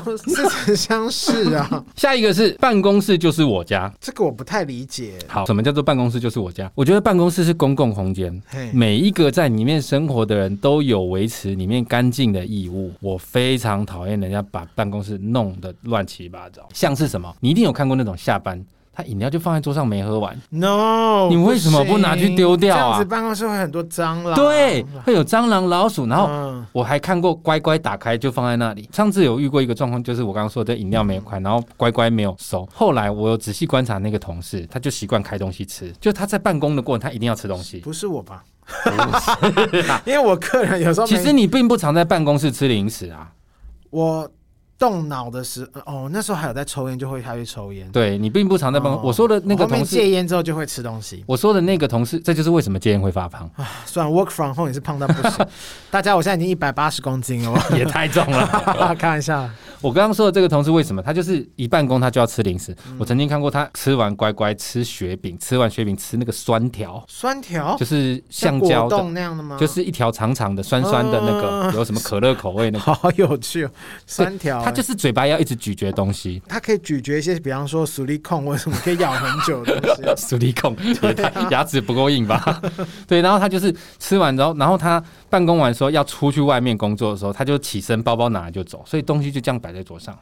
S4: 都似曾相识啊？
S3: 下一个是办公室就是我家，
S4: 这个我不太理解。
S3: 好，什么叫做办公室就是我家？我觉得办公室是公共空间
S4: 嘿，
S3: 每一个在里面生活的人都有维持里面干净的义务。我非常讨厌人家把办公室弄得乱七八糟，像是什么？你一定有看过那种下班。他饮料就放在桌上没喝完，
S4: No，
S3: 你为什么
S4: 行
S3: 不拿去丢掉啊
S4: 这样子办公室会很多蟑螂。
S3: 对，会有蟑螂、老鼠，然后
S4: 嗯
S3: 我还看过乖乖打开就放在那里。上次有遇过一个状况，就是我刚刚说的饮料没有
S4: 嗯
S3: 开，然后乖乖没有收。后来我有仔细观察那个同事，他就习惯开东西吃，就他在办公的过程，他一定要吃东西。
S4: 不是我吧？因为我个人有时候没
S3: 其实你并不常在办公室吃零食啊，
S4: 我动脑的时候，哦，那时候还有在抽烟，就会还会抽烟。
S3: 对你并不常在办公。
S4: 哦
S3: 我说的那个
S4: 我后面
S3: 同
S4: 戒
S3: 事，
S4: 烟之后就会吃东西。
S3: 我说的那个同事，这就是为什么戒烟会发 胖，
S4: 虽然 work from home 也是胖到不 行，大家我现在已经一百八十公斤了，
S3: 也太重了。
S4: 我开玩笑。
S3: 我刚刚说的这个同事为什么他就是一办公他就要吃零食？
S4: 嗯
S3: 我曾经看过他吃完乖乖吃雪饼，吃完雪饼吃那个酸条，
S4: 酸条
S3: 就是
S4: 像
S3: 橡胶
S4: 果冻
S3: 的。
S4: 那样的吗？
S3: 就是一条长长的、酸酸的那个，
S4: 嗯
S3: 有什么可乐口味那个？
S4: 好有趣哦，酸条、
S3: 他就是是嘴巴要一直咀嚼东西，
S4: 它可以咀嚼一些，比方说苏力控或者什么可以咬很久的 东 西。
S3: 苏力控，也
S4: 啊
S3: 太牙齿不够硬吧？ 对，然后他就是吃完，然后然后他办公完说要出去外面工作的时候，他就起身包包拿了就走，所以东西就这样摆在桌上。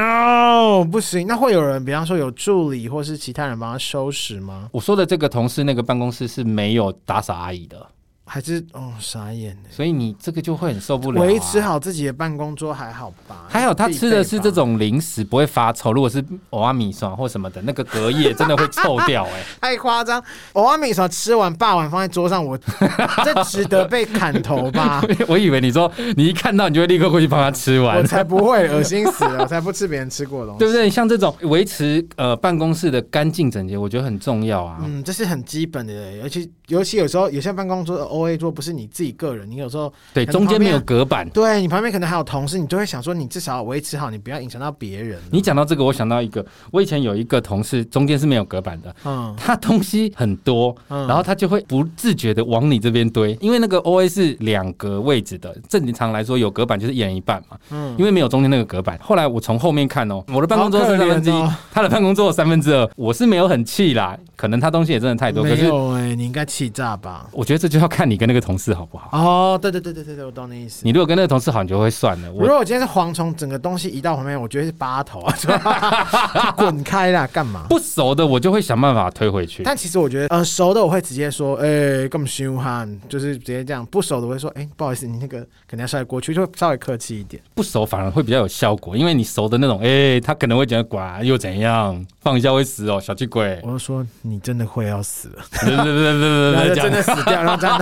S4: No，不行。那会有人，比方说有助理或是其他人帮他收拾吗？
S3: 我说的这个同事那个办公室是没有打扫阿姨的，
S4: 还是哦傻眼了。
S3: 所以你这个就会很受不了、啊
S4: 维持。好自己的办公桌还好吧？
S3: 还好他吃的是这
S4: 必备吧，
S3: 种零食，不会发臭。如果是欧阿米爽或什么的，那个隔夜真的会臭掉哎、
S4: 太夸张。我阿米索吃完霸碗放在桌上，我 这值得被砍头 吧？
S3: 我以为你说你一看到你就会立刻过去帮他吃完
S4: 我，才不会，恶心死了！我才不吃别人吃过的东西。
S3: 对不对？像这种维持呃办公室的干净整洁，我觉得很重要啊。
S4: 嗯，这是很基本的，尤其尤其有时候有些办公桌 O A 桌不是你自己个人，你有时候
S3: 对，
S4: 可能
S3: 中间没有
S4: 旁边
S3: 隔板。
S4: 对你旁边可能还有同事，你就会想说你至少维持好，你不要影响到别人。
S3: 你讲到这个，我想到一个，我以前有一个同事，中间是没有隔板的，
S4: 嗯
S3: 他东西很多，
S4: 嗯
S3: 然后他就会不自觉的往你这边堆，因为那个 O A 是两个位置的，正常来说有隔板就是一人一半嘛，
S4: 嗯
S3: 因为没有中间那个隔板。后来我从后面看哦，我的办公桌
S4: 好可
S3: 是三分之一
S4: 怜哦，
S3: 他的办公桌有三分之二，我是没有很气啦，可能他东西也真的太多，可
S4: 没
S3: 是
S4: 有哎、你应该气炸吧？
S3: 我觉得这就要看你跟那个同事好不好。
S4: 哦，对对对对对对，我懂你意思
S3: 你。如果跟那个同事好，你就会算了。
S4: 如
S3: 我
S4: 果我今天是蝗虫，整个东西移到旁边，我觉得是八头啊， 就就滚开啦，干嘛？
S3: 不熟的，我就会想办法推回去。
S4: 但其实我觉得，呃，熟的我会直接说，哎、这么凶悍，就是直接这样；不熟的我会说，哎、不好意思，你那个可能要稍微过去，就会稍微客气一点。
S3: 不熟反而会比较有效果，因为你熟的那种，哎、他可能会觉得管又怎样，放一下会死哦，小气鬼
S4: 我，就说，你真的会要死了，
S3: 对对对对
S4: 然后
S3: 对
S4: 就
S3: 对，
S4: 真的
S3: 这样
S4: 死掉，然后这样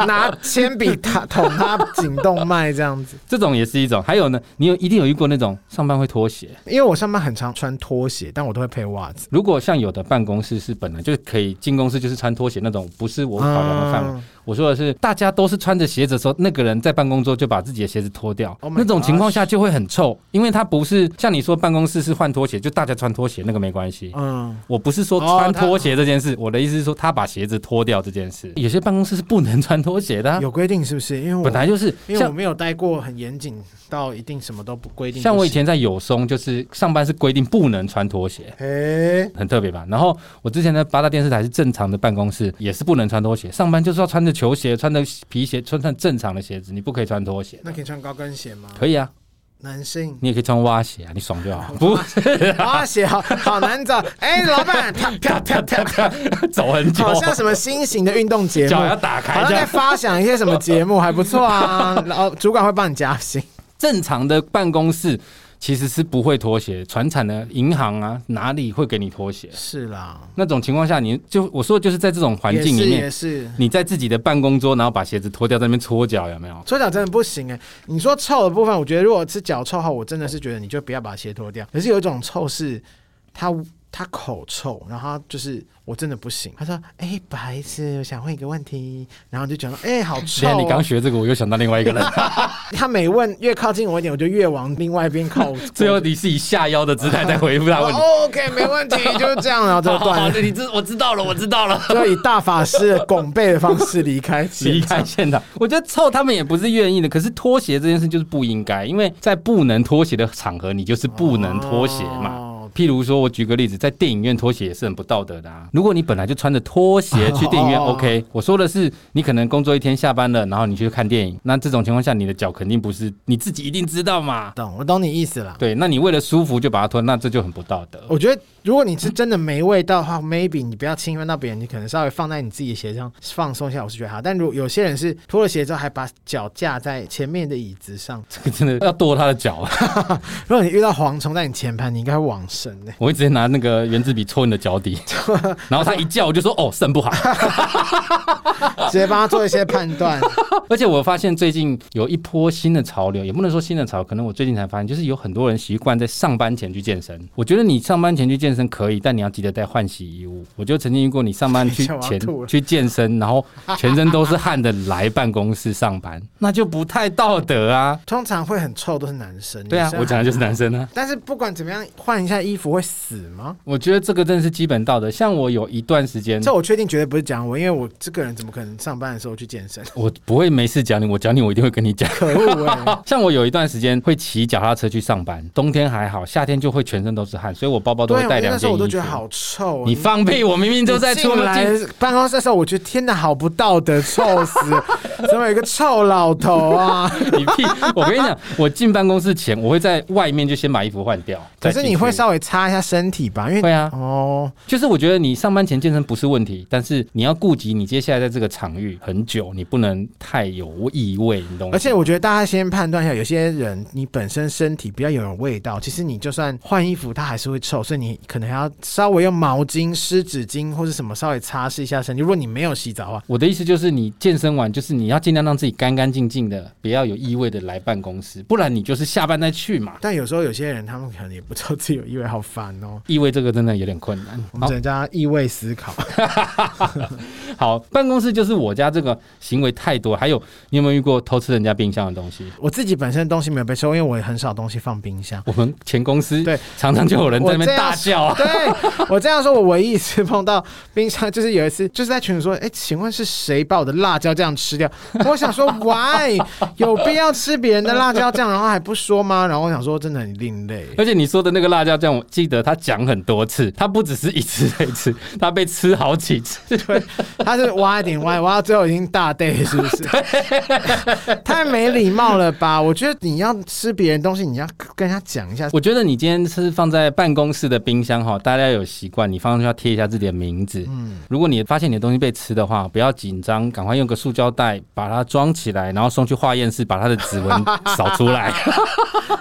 S4: 拿拿铅笔他捅他颈动脉这样子。
S3: 这种也是一种。还有呢，你有一定有遇过那种上班会脱鞋，
S4: 因为我上班很常穿拖鞋，但我都会配袜子。
S3: 如果像有的办公室是本来就可以进公司就是穿拖鞋那种，不是我考量的范围。
S4: 嗯
S3: 我说的是大家都是穿着鞋子的时候，那个人在办公桌就把自己的鞋子脱掉
S4: Oh my
S3: 那种情况下就会很臭，因为他不是像你说办公室是换拖鞋，就大家穿拖鞋那个没关系。
S4: 嗯，
S3: 我不是说穿拖鞋这件事，我的意思是说哦他把鞋子脱掉这件事。有些办公室是不能穿拖鞋的啊、
S4: 有规定是不是？因为我
S3: 本来就是
S4: 因为我
S3: 像
S4: 没有待过很严谨到一定什么都不规定。
S3: 像我以，前在友松，就是上班是规定不能穿拖鞋。
S4: 哎，
S3: 很特别吧？然后我之前在八大电视台是正常的办公室，也是不能穿拖鞋，上班就是要穿着球鞋、穿着皮鞋、穿上正常的鞋子，你不可以穿拖鞋。
S4: 那可以穿高跟鞋吗？
S3: 可以啊，
S4: 男性
S3: 你也可以穿蛙鞋啊，你爽就好。 不是
S4: 啊，鞋好好难找。哎，老板， 啪啪啪啪啪，
S3: 走很久，
S4: 好像什么新型的运动节目，
S3: 脚要
S4: 好
S3: 打开
S4: 像
S3: 这
S4: 在
S3: 样。
S4: 发想一些什么节目，还不错啊。然后主管会帮你加薪。
S3: 正常的办公室其实是不会脱鞋，传产的银行啊，哪里会给你脱鞋？
S4: 是啦，
S3: 那种情况下，你就我说的就是在这种环境里
S4: 也
S3: 面，
S4: 是也是。
S3: 你在自己的办公桌，然后把鞋子脱掉，在那边搓脚，有没有？
S4: 搓脚真的不行哎、你说臭的部分，我觉得如果是脚臭的话，我真的是觉得你就不要把鞋脱掉。可是有一种臭是他他口臭，然后他就是我真的不行。他说：“哎、不好意思，我想问一个问题。”然后就讲到：“哎、好臭、
S3: 现在
S4: 哦。”
S3: 你刚学这个，我又想到另外一 个人。
S4: 他每问越靠近我一点，我就越往另外一边靠。
S3: 最后你是以下腰的姿态在回复他问题。
S4: 哦 OK，没问题，就是这样，然后就
S3: 好好 好
S4: 断了。
S3: 那你知我知道了，我知道了。
S4: 就以大法师的拱背的方式离开
S3: 离
S4: 现场，
S3: 开现场，我觉得臭他们也不是愿意的，可是脱鞋这件事就是不应该，因为在不能脱鞋的场合，你就是不能脱鞋嘛。
S4: 哦
S3: 譬如说，我举个例子，在电影院脱鞋也是很不道德的啊。如果你本来就穿着拖鞋去电影院
S4: 哦
S3: ，OK。我说的是，你可能工作一天下班了，然后你去看电影，那这种情况下，你的脚肯定不是你自己一定知道嘛。
S4: 懂，我懂你意思啦。
S3: 对，那你为了舒服就把它脱，那这就很不道 德。
S4: 我觉得，如果你是真的没味道的话，maybe 你不要侵犯到别人，你可能稍微放在你自己的鞋上放松一下，我是觉得好。但如果有些人是脱了鞋之后还把脚架在前面的椅子上，
S3: 这个真的要剁他的脚啊。
S4: 如果你遇到蝗虫在你前排，你应该会往 生的、
S3: 我会直接拿那个圆珠笔戳你的脚 底，然后他一叫我就说哦肾不好，
S4: 直接帮他做一些判断。
S3: 而且我发现最近有一波新的潮流，也不能说新的潮，可能我最近才发现，就是有很多人习惯在上班前去健身。我觉得你上班前去健身可以，但你要记得带换洗衣物。我就曾经遇过你上 班去
S4: 等一下我
S3: 前
S4: 要吐了
S3: 去健身，然后全身都是汗的来办公室上班，那就不太道德啊。
S4: 通常会很臭都是男生，
S3: 对啊
S4: 女，生
S3: 我讲的就是男生啊。
S4: 但是不管怎么样，换一下衣服会死吗？
S3: 我觉得这个真的是基本道德。像我有一段时间，
S4: 这我确定绝对不是讲我，因为我这个人怎么可能上班的时候去健身？
S3: 我不会没事讲你，我讲 你，我一定会跟你讲。
S4: 可恶哎、
S3: 像我有一段时间会骑脚踏车去上班，冬天还好，夏天就会全身都是汗，所以我包包都
S4: 对
S3: 会
S4: 啊，
S3: 带
S4: 我
S3: 两
S4: 那时
S3: 件
S4: 候
S3: 衣服。
S4: 我都觉得好臭、哦。
S3: 你放屁！我明明就在出
S4: 进来
S3: 门。
S4: 办公室的时候，我觉得天哪，好不道德，臭死！ 怎么有一个臭老头啊？
S3: 你屁！我跟你讲，我进办公室前，我会在外面就先把衣服换掉。
S4: 可
S3: 再
S4: 是
S3: 进
S4: 你
S3: 去
S4: 会稍微擦一下身体吧，因为
S3: 会啊
S4: 哦，
S3: 就是我觉得你上班前健身不是问题，但是你要顾及你接下来在这个场场域很久，你不能太有异味，你懂吗？
S4: 而且我觉得大家先判断一下，有些人你本身身体比较有味道，其实你就算换衣服，它还是会臭，所以你可能还要稍微用毛巾、湿纸巾或是什么稍微擦拭一下身体。如果你没有洗澡的话，
S3: 我的意思就是，你健身完就是你要尽量让自己干干净净的，不要有异味的来办公室，不然你就是下班再去嘛。
S4: 但有时候有些人他们可能也不知道自己有异味，好烦哦。
S3: 异味这个真的有点困难。
S4: 我们
S3: 好
S4: 只能叫他异味思考。
S3: 好，办公室就是我家这个行为太多。还有，你有没有遇过偷吃人家冰箱的东西？
S4: 我自己本身东西没有被收，因为我也很少东西放冰箱。
S3: 我们前公司
S4: 对
S3: 常常就有人在那
S4: 我
S3: 边
S4: 这样
S3: 大叫啊。
S4: 对我这样说，我唯一一次碰到冰箱，就是有一次，就是在群里说，哎、请问是谁把我的辣椒酱吃掉？我想说，why 有必要吃别人的辣椒酱，然后还不说吗？然后我想说，真的很另类。
S3: 而且你说的那个辣椒酱，我记得他讲很多次，他不只是一次被吃，他被吃好几次。
S4: 他是挖一点挖，挖到最后已经大 day 是不是？ 太没礼貌了吧？我觉得你要吃别人东西，你要跟他讲一下。
S3: 我觉得你今天是放在办公室的冰箱哈，大家有习惯，你放上去要贴一下自己的名字。嗯，如果你发现你的东西被吃的话，不要紧张，赶快用个塑胶袋把它装起来，然后送去化验室把它的指纹扫出来。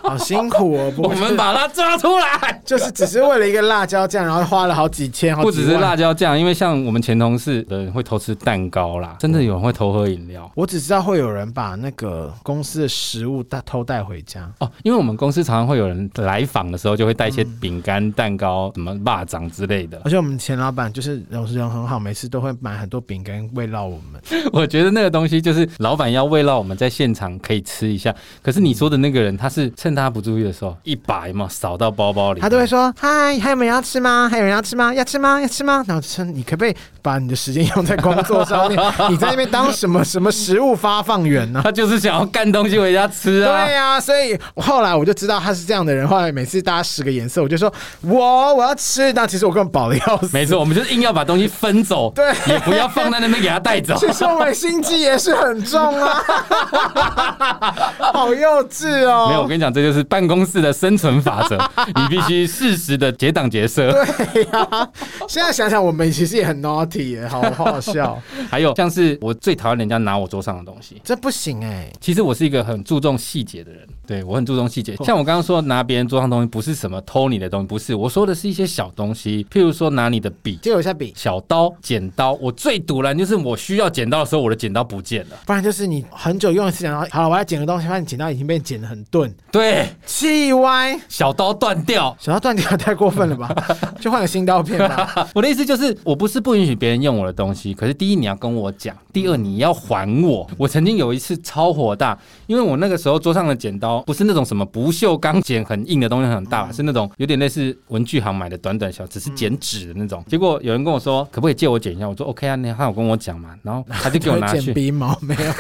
S4: 好辛苦哦，不
S3: 我们把它抓出来。
S4: 就是只是为了一个辣椒酱，然后花了好几千，好
S3: 不
S4: 几
S3: 只是
S4: 万
S3: 辣椒酱，因为像我们前同事的人会偷吃蛋糕
S4: 嗯
S3: 啦，真的有人会偷喝饮料。
S4: 我只知道会有人把那个公司的食物带偷带回家，
S3: 哦，因为我们公司常常会有人来访的时候，就会带一些
S4: 嗯
S3: 饼干、蛋糕、什么蚂蚱之类的。
S4: 而且我们前老板就是人人很好，每次都会买很多饼干慰劳我们。
S3: 我觉得那个东西就是老板要为了我们在现场可以吃一下。可是你说的那个人，他是趁他不注意的时候，一把有没有扫到包包里？
S4: 他都会说：“嗨，还有人要吃吗？还有人要吃吗？要吃吗？要吃吗？”然后说：“你可不可以把你的时间用在工作上面？你在那边当什么什么食物发放 员呢、
S3: 他就是想要干东西回家吃啊。
S4: 对呀、所以后来我就知道他是这样的人。后来每次大家使个颜色，我就说我我要吃，但其实我根本饱的要死。
S3: 没错，我们就是硬要把东西分走，
S4: 对
S3: 也不要放在那边给他带 走。
S4: 其实我们心机也是很重啊， 好幼稚哦。
S3: 没有，我跟你讲，这就是办公室的生存法则，你必须适时的结党结社。
S4: 对呀、 现在想想，我们其实也很 naughty，耶好好好笑，
S3: 还有像是我最讨厌人家拿我桌上的东西，
S4: 这不行哎、
S3: 其实我是一个很注重细节的人，对我很注重细
S4: 哦
S3: 节。像我刚刚说拿别人桌上东西，不是什么偷你的东西，不是，我说的是一些小东西，譬如说拿你的笔、
S4: 借我一下笔，
S3: 小刀、剪刀。我最堵然就是我需要剪刀的时候，我的剪刀不见了。
S4: 不然就是你很久用一次剪刀，好了，我要剪个东西，发现剪刀已经被剪得很钝，
S3: 对，
S4: 气歪，
S3: 小刀断掉。
S4: 小刀断掉太过分了 吧？就换个新刀片吧。
S3: 我的意思就是，我不是不允许别人用我的东西，可是第一你要跟我讲，第二你要还我。我曾经有一次超火大，因为我那个时候桌上的剪刀不是那种什么不锈钢剪很硬的东西很大，是那种有点类似文具行买的短短小，只是剪纸的那种。结果有人跟我说，可不可以借我剪一下？我说 OK 啊，你他有跟我讲嘛，然后他就给 我拿
S4: 剪
S3: 去。
S4: 鼻毛没 有？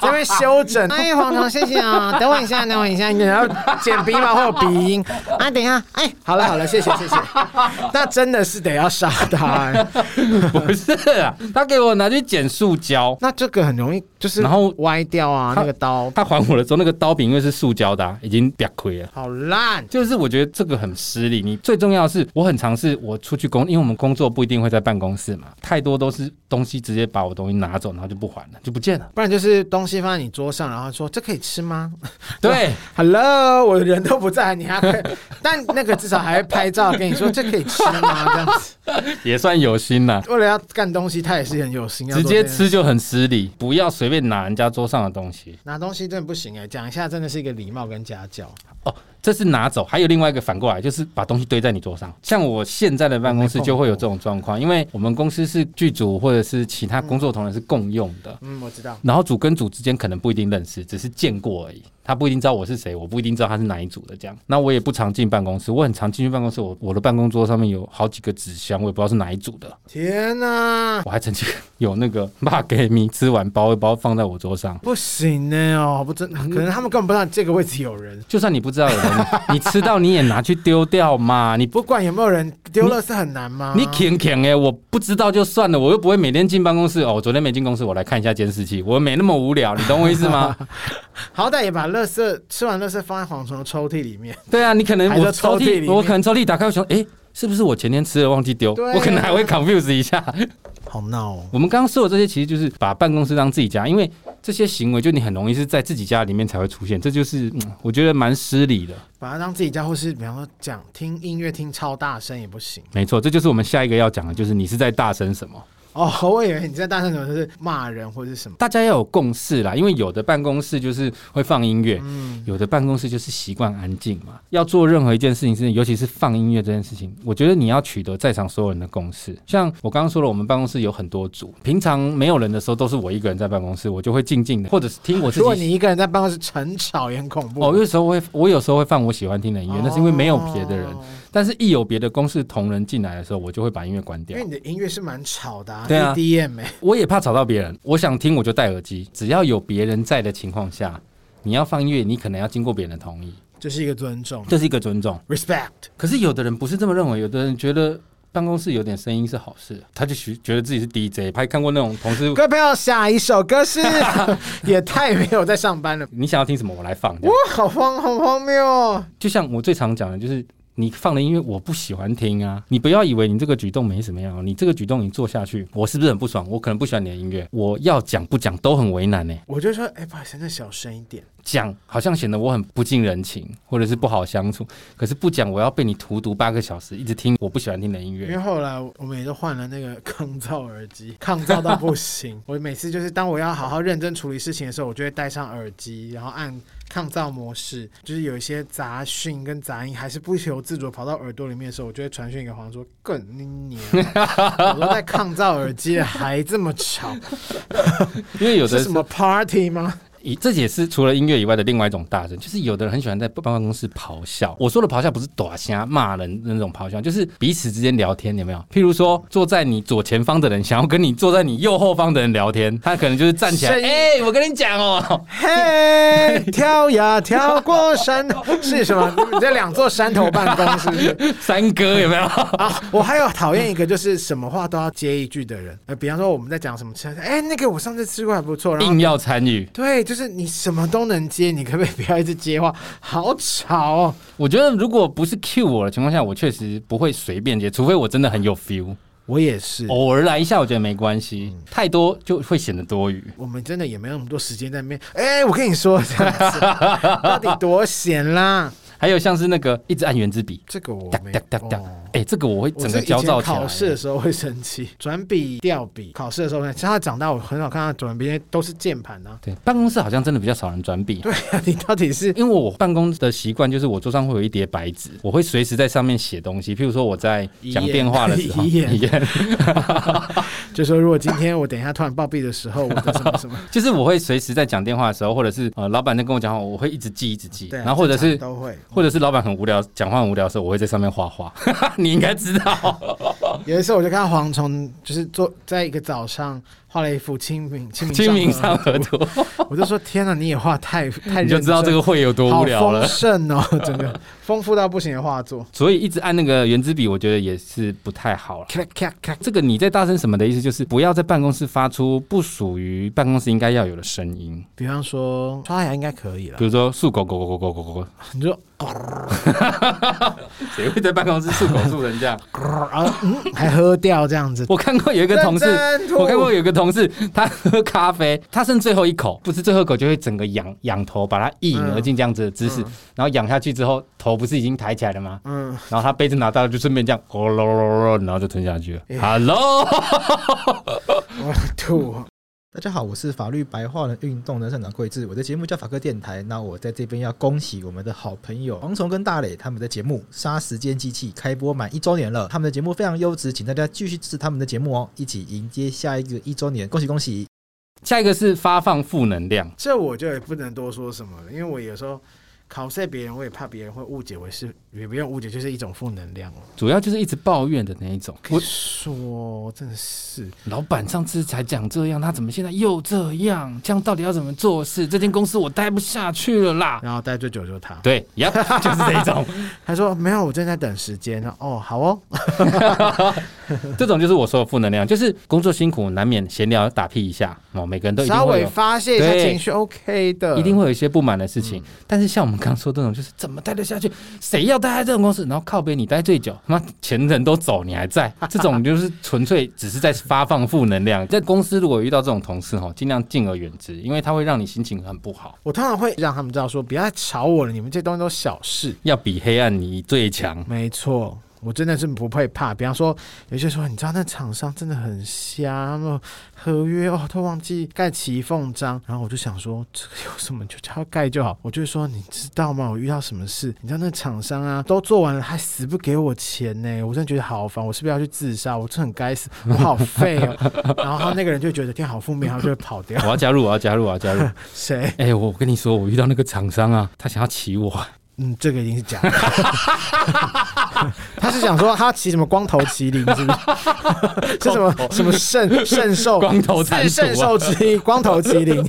S4: 这边修整。哎，黄虫，谢谢啊，等我一下，等我一下，然后剪鼻毛会有鼻 音啊。等一下，哎，好了好了，谢谢 谢谢。那真的是得要杀他、哎
S3: 不是啊，他给我拿去剪塑胶。
S4: 那这个很容易就是
S3: 然后
S4: 歪掉啊，
S3: 他
S4: 那个刀
S3: 他还我的时候，那个刀柄因为是塑胶的啊、已经瘪亏了。
S4: 好烂。
S3: 就是我觉得这个很失礼。你最重要的是，我很尝试我出去工，因为我们工作不一定会在办公室嘛，太多都是东西直接把我东西拿走，然后就不还了，就不 见了。
S4: 不然就是东西放在你桌上，然后说这可以吃吗
S3: 对，
S4: ？Hello，我人都不在，你还可以但那个至少还会拍照跟你说这可以吃吗？这样子，
S3: 也算有心啦。
S4: 为了要干东西，他也是很有心， 要
S3: 直
S4: 做这
S3: 接
S4: 件
S3: 吃就很失礼，不要随便拿人家桌上的东西
S4: 拿东西真的不行哎、讲一下真的是一个礼貌跟家教。
S3: 哦。这是拿走，还有另外一个反过来，就是把东西堆在你桌上。像我现在的办公室就会有这种状况，因为我们公司是剧组或者是其他工作同仁是共用的，
S4: 嗯，我知道。
S3: 然后组跟组之间可能不一定认识，只是见过而已。他不一定知道我是谁，我不一定知道他是哪一组的这样。那我也不常进办公室，我很常进去办公室，我我的办公桌上面有好几个纸箱，我也不知道是哪一组的。
S4: 天哪、
S3: 我还曾经有那个骂给米吃完包一包放在我桌上。
S4: 不行呢、哦，不真，可能他们根本不知道这个位置有人。
S3: 就算你不知道有人，你吃到你也拿去丢掉嘛，你不
S4: 不管有没有人丢了是很难吗？
S3: 你舔舔哎，我不知道就算了，我又不会每天进办公室哦。我昨天没进公司，我来看一下监视器，我没那么无聊，你懂我意思吗？
S4: 好歹也把垃圾吃完垃圾放在蝗虫的抽屉里面。
S3: 对啊，你可能
S4: 还
S3: 我
S4: 在
S3: 抽
S4: 抽屉里
S3: 屉，
S4: 面
S3: 我可能抽屉打开，我想，诶，是不是我前天吃了忘记丢？
S4: 对啊
S3: 我可能还会 confuse 一下。
S4: 好闹哦。
S3: 我们刚刚说的这些，其实就是把办公室当自己家，因为这些行为就你很容易是在自己家里面才会出现，这就是、嗯、我觉得蛮失礼的。
S4: 把它当自己家，或是比方说讲听音乐听超大声也不行
S3: 没错，这就是我们下一个要讲的，就是你是在大声什么。
S4: 哦。我以为你在大声什么就是骂人或者什么。
S3: 大家要有共识啦，因为有的办公室就是会放音乐，
S4: 嗯
S3: 有的办公室就是习惯安静嘛。要做任何一件事情，是尤其是放音乐这件事情，我觉得你要取得在场所有人的共识。像我刚刚说了，我们办公室有很多组，平常没有人的时候都是我一个人在办公室，我就会静静的，或者是听我自
S4: 如果
S3: 己。
S4: 你一个人在办公室很吵也很恐怖。
S3: 哦，有时候会，我有时候会放我喜欢听的音乐，那是因为没有别的人。
S4: 哦
S3: 但是，一有别的公司同仁进来的时候，我就会把音乐关
S4: 因
S3: 掉
S4: 为。你的音乐是蛮吵的、啊，
S3: 对啊
S4: EDM 哎、
S3: 我也怕吵到别人，我想听我就戴耳机，只要有别人在的情况下，你要放音乐，你可能要经过别人的同意，
S4: 这是一个尊重
S3: 这是一个尊重。
S4: ，respect。
S3: 可是有的人不是这么认为，有的人觉得办公室有点声音是好事，他就觉觉得自己是 DJ。还看过那种同事，
S4: 各位朋友，下一首歌 是，也太没有在上班了，
S3: 你想要听什么我来放，这
S4: 哇
S3: 样，
S4: 好荒，好荒谬哦！
S3: 就像我最常讲的就是。你放的音乐我不喜欢听啊！你不要以为你这个举动没什么样哦，你这个举动你做下去，我是不是很不爽？我可能不喜欢你的音乐，我要讲不讲都很为难呢、欸
S4: 我就说，哎、不好意思，那小声一点。
S3: 讲好像显得我很不近人情，或者是不好相处。可是不讲，我要被你荼毒八个小时，一直听我不喜欢听的音
S4: 因为
S3: 乐。
S4: 后来我们也都换了那个抗噪耳机，抗噪到不 行。我每次就是当我要好好认真处理事情的时候，我就会戴上耳机，然后按抗噪模式。就是有一些杂讯跟杂音还是不由自主地跑到耳朵里面的时候，我就会传讯给黄说：“更你娘！我都戴抗噪耳机了，还这么吵，
S3: 因为有的
S4: 是什么 party 吗？
S3: 以这也是除了音乐以外的另外一种大声，就是有的人很喜欢在办公室咆哮。我说的咆哮不是打瞎骂人那种咆哮，就是彼此之间聊天，有没有？譬如说，坐在你左前方的人想要跟你坐在你右后方的人聊天，他可能就是站起来，
S4: 声音
S3: 哎、我跟你讲哦，
S4: 嘿，跳呀跳过山， 是什么？你在两座山头办公是不是？”
S3: 三哥有没 有？
S4: 啊，我还有讨厌一个就是什么话都要接一句的人，呃，比方说我们在讲什么吃，哎、那个我上次吃过还不错，然后
S3: 硬要参与。
S4: 对，就是你什么都能接，你可不可以不要一直接话？好吵哦！
S3: 我觉得如果不是 cue 我的情况下，我确实不会随便接，除非我真的很有 feel，
S4: 我也嗯是，嗯
S3: 偶尔来一下我觉得没关系，太多就会显得多余。
S4: 我们真的也没有那么多时间在那边，哎、我跟你说这 样子，到底多闲啦？
S3: 还有像是那个一直按圆珠笔，
S4: 这个我
S3: 哒
S4: 没
S3: 哒
S4: 有。
S3: 哒哒
S4: 哦，
S3: 哎，这个我会整
S4: 我
S3: 个
S4: 是以
S3: 焦躁
S4: 前
S3: 起来。
S4: 考试的时候会生气，转笔、掉笔。考试的时候会，像他长大，我很少看他转笔，因为都是键盘啊。
S3: 对，办公室好像真的比较少人转笔。
S4: 对啊，你到底是
S3: 因为我办公的习惯就是我桌上会有一叠白纸，我会随时在上面写东西。譬如说我在讲
S4: 遗言
S3: 电话的时候，
S4: 遗言
S3: 遗言
S4: 就说如果今天我等一下突然暴毙的时候，我的什么什么，
S3: 就是我会随时在讲电话的时候，或者是呃老板在跟我讲话，我会一直记一直记，
S4: 对啊，
S3: 然后或者是
S4: 正常都会。
S3: 或者是老板很无聊，讲话很无聊的时候，我会在上面画画。你应该知道，
S4: 有一次我就看到蝗虫，就是坐在一个早上画了一幅清明清明
S3: 清明
S4: 上
S3: 上
S4: 河
S3: 河
S4: 图，
S3: 图，
S4: 我就说天哪，你也画太太
S3: 你
S4: 认
S3: 就
S4: 真，
S3: 知道这个会有多无聊
S4: 好
S3: 了
S4: 丰。盛哦，真的丰富到不行的画作。
S3: 所以一直按那个圆珠笔，我觉得也是不太好了。
S4: 咔咔咔，
S3: 这个你在大声什么的意思，就是不要在办公室发出不属于办公室应该要有的声音，
S4: 比方说刷牙应该可以了
S3: 比，如说漱狗狗狗狗狗狗狗，
S4: 你就呃
S3: 谁会在办公室漱口漱成这样？
S4: 啊，嗯，还喝掉这样子，
S3: 我看过有一个同事
S4: 认真，吐
S3: 我看过有一个同事，他喝咖啡，他剩最后一口，不是最后一口就会整个仰仰头，把它一饮而尽这样子的姿势，然后仰下去之后，头不是已经抬起来了吗？
S4: 嗯，
S3: 然后他杯子拿到就顺便这样，哦咯咯咯咯，然后就吞下去了。Hello，
S4: 我吐。
S7: 大家好，我是法律白话的运动的站长桂智，我的节目叫法科电台。那我在这边要恭喜我们的好朋友黄虫跟大磊他们的节目《杀时间机器》开播满一周年了，他们的节目非常优质，请大家继续支持他们的节目哦，一起迎接下一个一周年，恭喜恭喜！
S3: 下一个是发放负能量。
S4: 这我就也不能多说什么了，因为我有时候考试别人，我也怕别人会误解为是，也不用误解，就是一种负能量哦。
S3: 主要就是一直抱怨的那一种。
S4: 我
S3: 我
S4: 说，真的是，
S3: 老板上次才讲这样，他怎么现在又这样？这样到底要怎么做事？这间公司我待不下去了啦。
S4: 然后待最久就是他。
S3: 对， 呀，就是这一种，
S4: 他说没有，我正在等时间。然后哦，好哦，
S3: 这种就是我说的负能量，就是工作辛苦，难免闲聊打屁一下哦，每个人都一定
S4: 稍
S3: 会
S4: 微
S3: 有。
S4: 发泄一下
S3: 对
S4: 情绪，OK 的，嗯
S3: 一定会有一些不满的事情，但是像我们刚刚说这种，就是怎么待得下去？谁要待在这种公司，然后靠边你待最久，他妈前人都走，你还在，这种就是纯粹只是在发放负能量。在公司如果遇到这种同事哈，哦尽量敬而远之，因为他会让你心情很不好。
S4: 我通常会让他们知道说，不要再吵我了，你们这东西都小事。
S3: 要比黑暗你最强，
S4: 没错。我真的是不会怕，比方说，有些说，你知道那厂商真的很瞎，他们合约哦都忘记盖骑缝章，然后我就想说，这个有什么就叫他盖就好。我就说，你知道吗？我遇到什么事？你知道那厂商啊，都做完了还死不给我钱呢，我真的觉得好烦，我是不是要去自杀？我真的很该死，我好废哦。然后那个人就觉得天好负面，他就会跑 掉
S3: 我。要加入，我要加入，我要加入。
S4: 谁？
S3: 哎、我跟你说，我遇到那个厂商啊，他想要骑我，
S4: 嗯，这个一定是假的。 他是想说他骑什么光头麒麟是不是？ 是什么什么圣圣兽
S3: 光头蟾
S4: 四
S3: 蜍啊
S4: 圣兽之一光头麒麟？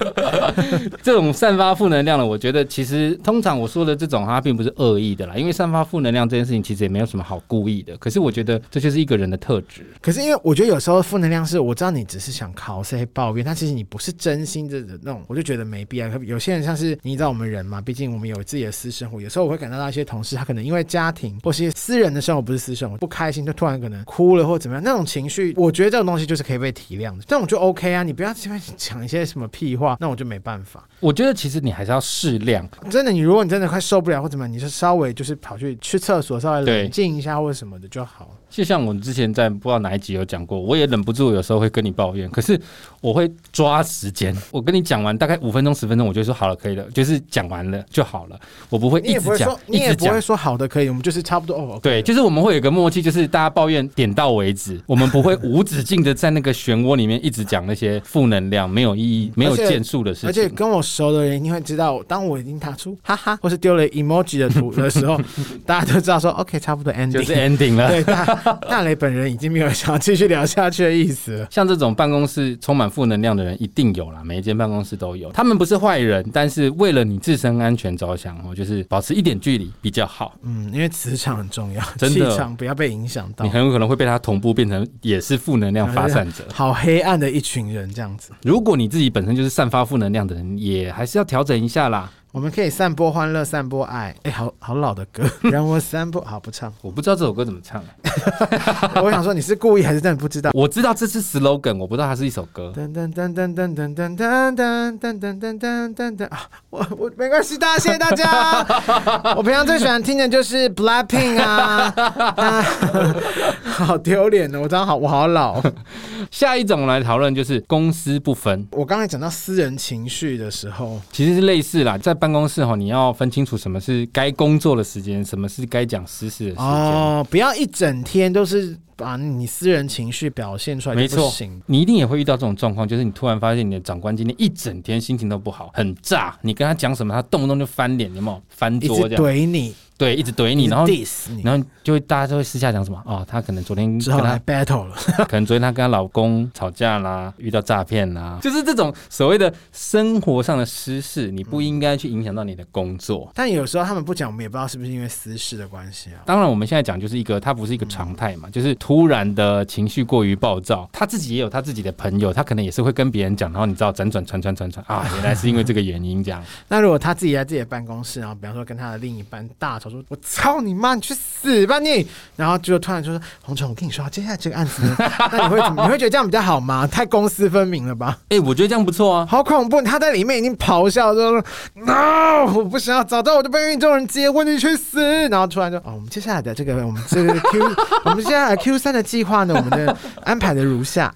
S3: 这种散发负能量的，我觉得其实通常我说的这种，它并不是恶意的啦，因为散发负能量这件事情其实也没有什么好故意的。可是我觉得这就是一个人的特质。
S4: 可是因为我觉得有时候负能量是我知道你只是想 cos 抱怨，但其实你不是真心的那种，我就觉得没必要。可有些人像是你知道我们人嘛，毕竟我们有自己的私生活，有时候我会感受到一些同事他可能因为家庭或是一些私人的生活不是私生活嗯不开心，就突然可能哭了或怎么样，那种情绪，我觉得这种东西就是可以被体谅的，这种就 OK 啊，你不要这边讲一些什么屁话，那我就没办法。
S3: 我觉得其实你还是要适量，
S4: 真的，你如果你真的快受不了或怎么样，你就稍微就是跑去去厕所稍微
S3: 对
S4: 冷静一下或者什么的就好。
S3: 就像我之前在不知道哪一集有讲过，我也忍不住有时候会跟你抱怨，可是我会抓时间，我跟你讲完大概五分钟十分钟，我就说好了可以了，就是讲完了就好了，我不会
S4: 你
S3: 一
S4: 也不会
S3: 直
S4: 说
S3: 讲，
S4: 你
S3: 一
S4: 也
S3: 直
S4: 不会
S3: 讲。
S4: 说好的可以，我们就是差不多哦。
S3: 对，就是我们会有一个默契，就是大家抱怨点到为止，我们不会无止境的在那个漩涡里面一直讲那些负能量、没有意义、没有
S4: 而且
S3: 建树的事情。
S4: 嗯而且跟我熟的人，你会知道，当我已经打出哈哈或是丢了 emoji 的图 的时候，大家都知道说 OK，差不多 ending。
S3: 就是 ending 了。
S4: 对，大大雷本人已经没有想要继续聊下去的意思了。
S3: 像这种办公室充满负能量的人一定有啦，每一间办公室都有。他们不是坏人，但是为了你自身安全着想哦，就是保持一点距离比较好。
S4: 嗯，因为磁场很重要，
S3: 真
S4: 气
S3: 的
S4: 场不要被影响到
S3: 你。很有可能会被他同步变成也是负能量发散者。
S4: 好黑暗的一群人这样子。
S3: 如果你自己本身就是散发负能量的人，也还是要调整一下啦。
S4: 我们可以散播欢乐，散播爱。哎、好好老的 歌，让我散播。好，不唱。
S3: 我不知道这首歌怎么唱、啊
S4: 我想说，你是故意还是真的不知道？
S3: 我知道这是 slogan，我不知道它是一首歌。
S4: 噔噔噔噔噔噔噔噔噔噔噔噔噔噔噔啊！我我没关系，大家谢谢大家。 我平常最喜欢听的就是 Blackpink 啊，啊好丢脸哦！我真的好，我好老。
S3: 下一种我们来讨论就是公私不分，
S4: 我刚才讲到私人情绪的时候，
S3: 其实是类似啦，在办公室哈，你要分清楚什么是该工作的时间，什么是该讲私事的时间。
S4: 哦，不要一整天都是把你私人情绪表现出来，
S3: 没错
S4: 行。，
S3: 你一定也会遇到这种状况，就是你突然发现你的长官今天一整天心情都不好，很炸，你跟他讲什么，他动不动就翻脸，有没有翻
S4: 一直
S3: 桌这样？
S4: 怼你，
S3: 对，一直怼你，
S4: 一直
S3: 然后
S4: diss 你，
S3: 然后就会大家就会私下讲什么哦，他可能昨天
S4: 之
S3: 跟
S4: 后
S3: 他
S4: 来 battle 了。
S3: 可能昨天他跟他老公吵架啦，遇到诈骗
S4: 嗯
S3: 啦，就是这种所谓的生活上的私事，你不应该去影响到你的工作。
S4: 但有时候他们不讲，我们也不知道是不是因为私事的关系啊。
S3: 当然，我们现在讲就是一个，它不是一个常态嘛，就是突然的情绪过于暴躁，他自己也有他自己的朋友，他可能也是会跟别人讲，然后你知道辗转传传传传 啊，原来是因为这个原因这样。
S4: 那如果他自己在自己的办公室，然后比方说跟他的另一半大吵说：“我操你妈，你去死吧你！”然后就突然就说：“洪总，我跟你说，接下来这个案子呢， 那你会怎么？你会觉得这样比较好吗？太公私分明了吧？
S3: 哎、我觉得这样不错啊。
S4: 好恐怖！他在里面已经咆哮说：‘No，我不想要，早知道我就被运动人结婚，你去死！’然后突然就：‘哦，我们接下来的这个，我们这个 Q，我们接下来 Q 三的计划呢，我们的安排的 如下，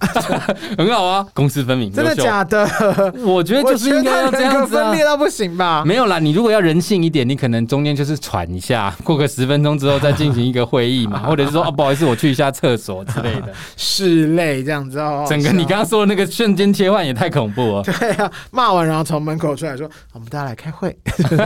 S3: 很好啊，公私分明，
S4: 真的
S3: 优秀
S4: 假的？’
S3: 我觉得
S4: 我
S3: 就
S4: 觉
S3: 是
S4: 得
S3: 应该要
S4: 他
S3: 这
S4: 人格
S3: 样子
S4: 分
S3: 啊
S4: 裂。到不行吧？
S3: 没有啦，你如果要人性一点，你可能中间就是喘一下， 过个十分钟之后再进行一个会 议嘛，或者是说哦，不好意思，我去一下厕所之类的。
S4: 室内这样子哦，
S3: 整个
S4: 是啊
S3: 你刚刚说的那个瞬间切换也太恐怖了。
S4: 对啊，骂完然后从门口出来说：“我们大家来开 会。”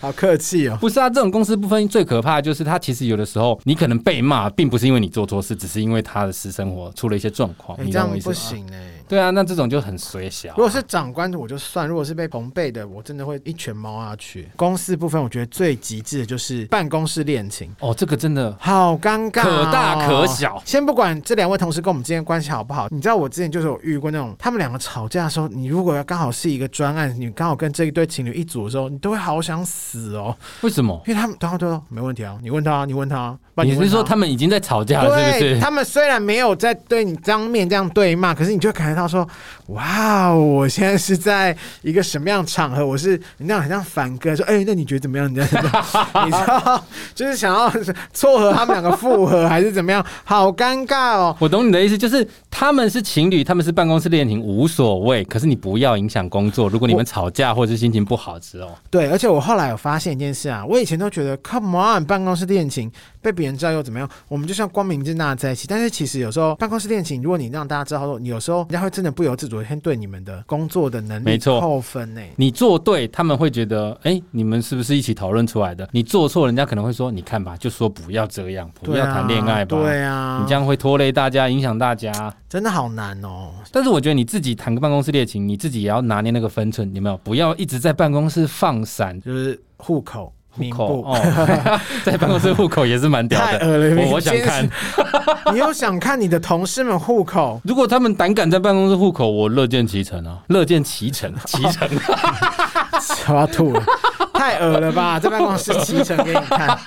S4: 好客气哦。
S3: 不是啊，这种公司不分最可怕的就是他其实有的时候你可能被骂，并不是因为你做错事，只是因为他的私生活出了一些状况。
S4: 哎、
S3: 你
S4: 这
S3: 懂
S4: 样
S3: 我意思
S4: 不
S3: 吗？
S4: 行哎、
S3: 对啊，那这种就很随小啊、
S4: 如果是长官我就算，如果是被朋辈的，我真的会一拳猫下去。公司部分，我觉得最极致的就是办公室恋情。
S3: 哦，这个真的
S4: 好尴尬、哦
S3: 可大可小
S4: 先不管这两位同事跟我们之间关系好不好，你知道我之前就是有遇过那种，他们两个吵架的时候，你如果要刚好是一个专案，你刚好跟这一对情侣一组的时候，你都会好想死哦，
S3: 为什么？
S4: 因为他们然后都说没问题啊，你问他、啊，你问他、啊，不然
S3: 你
S4: 问
S3: 是说他们已经在吵架了，是
S4: 对
S3: 不是？
S4: 他们虽然没有在对你当面这样对骂，可是你就会感觉到说，哇哦，我现在是在一个什么样的场合？我是你那样很像反哥说，哎、那你觉得怎么样？你这样怎么样 你知道，就是想要撮合他们两个复合，还是怎么样？好尴尬哦。
S3: 我懂你的意思，就是他们是情侣，他们是办公室恋情，无所谓。可是你不要影响工作。如果你们吵架或者是心情不好之后，
S4: 对，而且我后来有发现一件事啊，我以前都觉得 come on 办公室恋情被别人知道又怎么样，我们就像光明正大地在一起。但是其实有时候办公室恋情，如果你让大家知道后，你有时候人家会真的不由自主地先对你们的工作的能力
S3: 没错
S4: 扣分欸呢、
S3: 你做对，他们会觉得，哎、你们是不是一起讨论出来的？你做错，人家可能会说，你看吧，就说不要这样，不
S4: 对
S3: 要
S4: 啊，
S3: 谈恋爱吧。
S4: 对啊，
S3: 你这样会拖累大家，影响大家。
S4: 真的好难哦。
S3: 但是我觉得你自己谈个办公室恋情，你自己也要拿捏那个分寸，有没有？不要一直在办公室放闪。
S4: 就是户口、
S3: 户
S4: 名
S3: 口
S4: 簿，
S3: 哦， 在办公室户口也是蛮屌
S4: 太
S3: 的
S4: 恶，了。
S3: 我我想
S4: 民间
S3: 看。
S4: 是，你又想看你的同事们户口？
S3: 如果他们胆敢在办公室户口，我乐见其成啊，乐见其 成，其成。
S4: 我要吐了。太恶了吧！在办公室七成给你看。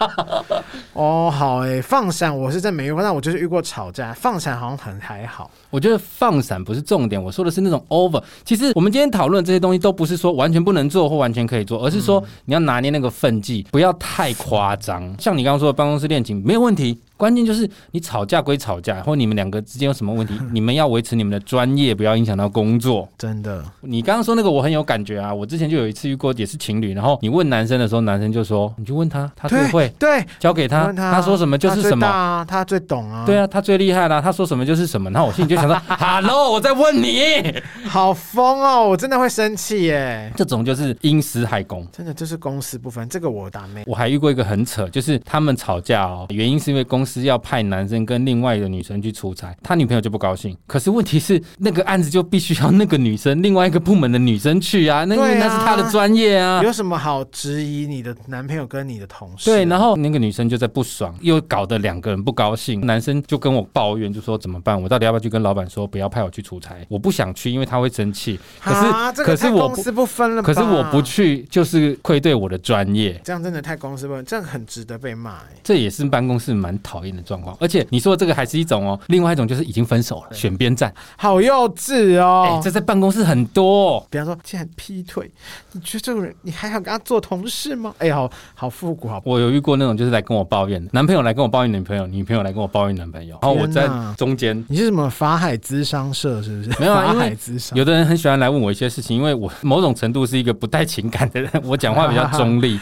S4: 哦，好诶、放闪我是真没遇过，但我就是遇过吵架，放闪好像很还好。
S3: 我觉得放闪不是重点，我说的是那种 over。其实我们今天讨论这些东西，都不是说完全不能做或完全可以做，而是说
S4: 嗯
S3: 你要拿捏那个分际，不要太夸张。像你刚刚说的办公室恋情没有问题，关键就是你吵架归吵架，或你们两个之间有什么问 题，你们要维持你们的专业，不要影响到工作。
S4: 真的，
S3: 你刚刚说那个我很有感觉啊，我之前就有一次遇过，也是情侣，然后你问男生的时候，男生就说你就问他，他最
S4: 对
S3: 会，
S4: 对，
S3: 交给他，
S4: 问他
S3: 他说什么就是什
S4: 他最大
S3: 么。
S4: 啊，他最懂啊，
S3: 对，啊，他最厉害啦，他说什么就是什么。然后我心里就想 说，Hello，我在问你，
S4: 好疯哦，我真的会生气耶，
S3: 这种就是因私害公。
S4: 真的这是公私不分，这个我打妹。
S3: 我还遇过一个很扯，就是他们吵架哦，原因是因为公司要派男生跟另外一个女生去出差，他女朋友就不高兴。可是问题是，那个案子就必须要那个女生另外一个部门的女生去啊，那因为
S4: 对
S3: 那
S4: 啊
S3: 是她的专业 啊。
S4: 有什么好质疑你的男朋友跟你的同事？
S3: 对，然后那个女生就在不爽，又搞得两个人不高兴。男生就跟我抱怨，就说怎么办？我到底要不要去跟老板说不要派我去出差？我不想去，因为他会生气。可是、
S4: 啊这个
S3: 可是
S4: 太
S3: 我
S4: 公
S3: 不
S4: 私不分了吧，
S3: 可是我不去，就是愧对我的专业。
S4: 这样真的太公私不分，这样很值得被骂、欸。
S3: 这也是办公室蛮讨厌的状况，而且你说的这个还是一种哦，另外一种就是已经分手了，选边站，
S4: 好幼稚
S3: 哎、
S4: 哦！
S3: 这在办公室很多、哦。
S4: 比方说，竟然劈腿，你觉得这种人，你还想跟他做同事吗？哎、好好复古，好不好？
S3: 我有遇过那种就是来跟我抱怨的，男朋友来跟我抱怨女朋友，女朋友来跟我抱怨男朋友，然后我在
S4: 天哪
S3: 中间
S4: 你是什么法海资商社是不是？
S3: 没有啊
S4: 法
S3: 因为
S4: 海资商
S3: 有的人很喜欢来问我一些事情，因为我某种程度是一个不带情感的 人，我讲话比较中立。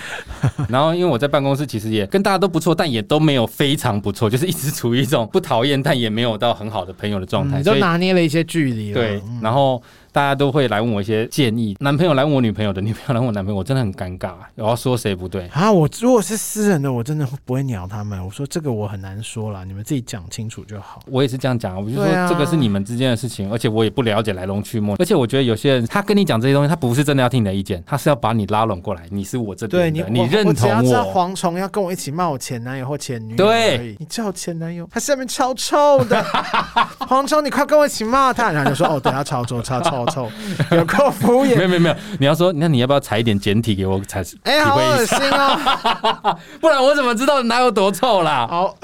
S3: 然后因为我在办公室其实也跟大家都不错，但也都没有非常不错，就是一直处于一种不讨厌但也没有到很好的朋友的状态，
S4: 嗯、
S3: 所
S4: 都
S3: 以
S4: 拿捏了一些距离了。
S3: 对
S4: 嗯，
S3: 然后。大家都会来问我一些建议，男朋友来问我女朋友的，女朋友来问我男朋友，我真的很尴尬，我要说谁不对。
S4: 啊，我如果是私人的，我真的不会鸟他们。我说这个我很难说啦，你们自己讲清楚就好。
S3: 我也是这样讲，我就说
S4: 对啊
S3: 这个是你们之间的事情，而且我也不了解来龙去脉，而且我觉得有些人他跟你讲这些东西，他不是真的要听你的意见，他是要把你拉拢过来，你是我这
S4: 对
S3: 边
S4: 你
S3: 的，，你认
S4: 我只
S3: 同
S4: 要知道
S3: 我。
S4: 蝗虫要跟我一起骂我前男友或前女友
S3: 对
S4: 而已，你叫我前男友，他下面超 臭的，蝗虫，你快跟我一起骂他，然后就说哦，对他超臭，超臭臭， 有够敷
S3: 没
S4: 衍，
S3: 有没有没有，你要说，那你要不要裁一点简体给我才体
S4: 哎、好
S3: 会
S4: 恶
S3: 一下？
S4: 心哦，
S3: 不然我怎么知道哪有多臭啦？
S4: 好，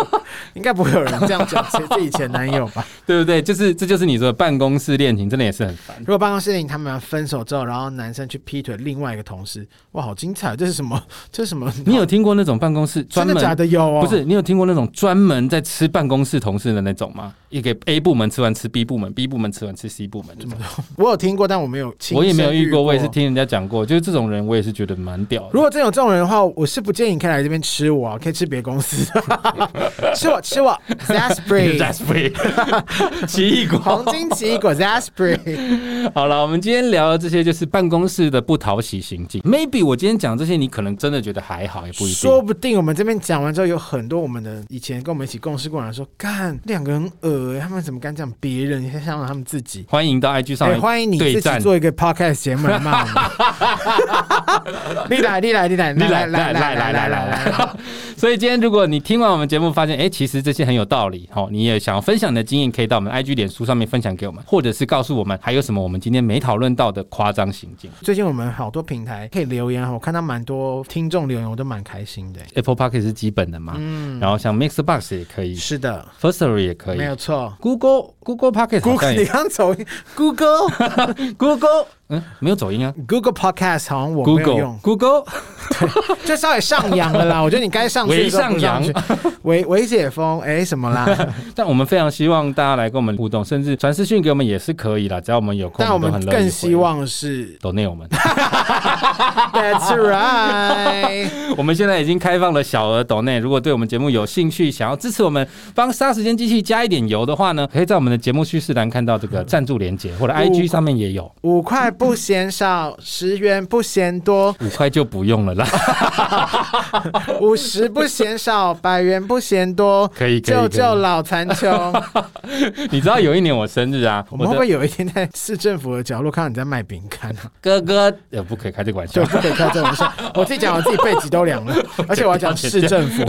S4: 应该不会有人这样讲自己前男友吧？
S3: 对不对？就是这就是你说的办公室恋情，真的也是很烦。
S4: 如果办公室里他们分手之后，然后男生去劈腿另外一个同事，哇，好精彩，这是什么？ 这是什么？
S3: 你有听过那种办公室专
S4: 真
S3: 门
S4: 的假的有哦？
S3: 不是，你有听过那种专门在吃办公室同事的那种吗？一个 A 部门吃完吃 B 部门，B 部门吃完吃 C 部门，
S4: 我有听过，但我没有亲身，
S3: 我也没有遇过，我也是听人家讲过，就是这种人，我也是觉得蛮屌的。
S4: 如 果真有这种人的话，我是不建议你可以来这边吃我、啊，可以吃别公司，啊 吃我吃我 z a s p r
S3: j a
S4: y
S3: s p e 奇异
S4: 黄
S3: 果。
S4: 金奇异果 z a s p r y
S3: 好了，我们今天聊的这些就是办公室的不讨喜行径。Maybe 我今天讲这些，你可能真的觉得还好，也不一
S4: 说
S3: 定。
S4: 不定我们这边讲完之后，有很多我们的以前跟我们一起共事过的人说，干两个人恶格欸，他们怎么敢讲别人？你先想想他们自己。
S3: 欢迎到 IG 上
S4: 哎、
S3: 来，
S4: 欢迎你
S3: 对
S4: 自己
S3: 战。
S4: 做一个 podcast 节目来骂我们。 你来，你来，你来，
S3: 你来来来来来来来， 所以今天如果你听完我们节目，发现哎、诶其实这些很有道理，哦，你也想要分享你的经验，可以到我们 IG 脸书上面分享给我们，或者是告诉我们还有什么我们今天没讨论到的夸张行径。
S4: 最近我们好多平台可以留言，我看到蛮多听众留言，我都蛮开心的欸。
S3: Apple Park 是基本的嘛，
S4: 嗯，
S3: 然后像 Mixbox 也可以
S4: 是的，
S3: ，Firstory 也可以
S4: 没有错。
S3: ，Google Google Park 好
S4: Google，
S3: 像
S4: 你
S3: 也
S4: 刚走 Google
S3: Google 嗯没有走音啊
S4: Google Podcast 好像我没有
S3: ，Google
S4: 用，
S3: Google
S4: 就稍微上扬了啦。我觉得你该上去的时候不上去，维维解封，哎、什么 啦？
S3: 但我们非常希望大家来跟我们互动，甚至传私讯给我们也是可以啦，只要我们有空，
S4: 但我
S3: 们都
S4: 们
S3: 很乐意
S4: 更
S3: 回
S4: 希望是
S3: 抖内我们。
S4: That's right，
S3: 我们现在已经开放了小额抖内，如果对我们节目有兴趣，想要支持我们，帮杀时间机器加一点油的话呢，可以在我们的节目叙事栏看到这个赞助连接，
S4: 哦
S3: 或者 IG 上面也 有，
S4: 五块不嫌少，十元不嫌多，
S3: 五块就不用了 啦。
S4: 五十不嫌少，百元不嫌多。
S3: 可以可以
S4: 救
S3: 可
S4: 救
S3: 以
S4: 老残 穷！
S3: 你知道有一年我生日啊，
S4: 我们会不
S3: 的
S4: 会有一天在市政府的角落看到你在卖饼干 啊？
S3: 哥哥呃不可以开这个玩笑
S4: 就，不可以开这种事。我自己讲，我自己背脊都 凉了，而且我要讲市政府，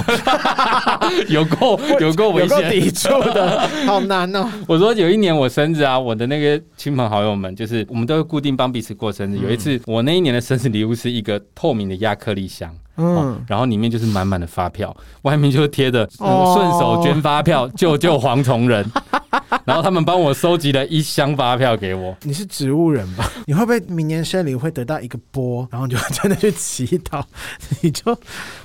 S3: 有够有够危
S4: 有够
S3: 险
S4: 抵。触的， 好难哦。
S3: 我说有一年我生日啊，我的那个亲朋好友们，就是我们都会固定帮彼此过
S4: 嗯
S3: 生日。有一次，我那一年的生日礼物是一个透明的亚克力箱。嗯
S4: 嗯，
S3: 然后里面就是满满的发票，外面就贴 的“
S4: 哦
S3: 顺手捐发票，救救蝗虫 人”。然后他们帮我收集了一箱发票给我，
S4: 你是植物人吧？你会不会明年生日会得到一个波，然后你就真的去祈祷， 你就一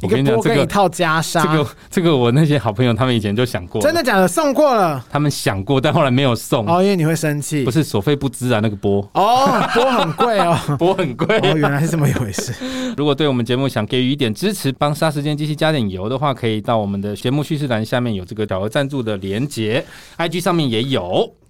S3: 我跟
S4: 个
S3: 你讲
S4: 波
S3: 这
S4: 跟
S3: 个
S4: 一套袈裟？
S3: 这个这个我那些好朋友他们以前就想过了，
S4: 真的假的？送过了
S3: 他们想过，但后来没有送，
S4: 哦，因为你会生气
S3: 不。是所费不知啊，那个波
S4: 哦，波很贵哦。
S3: 波很贵、
S4: 哦，原来是这么一回事。
S3: 如果对我们节目想给予一点支持，帮杀时间机器加点油的话，可以到我们的节目叙事栏下面有这个小额赞助的连接，IG 上面也有。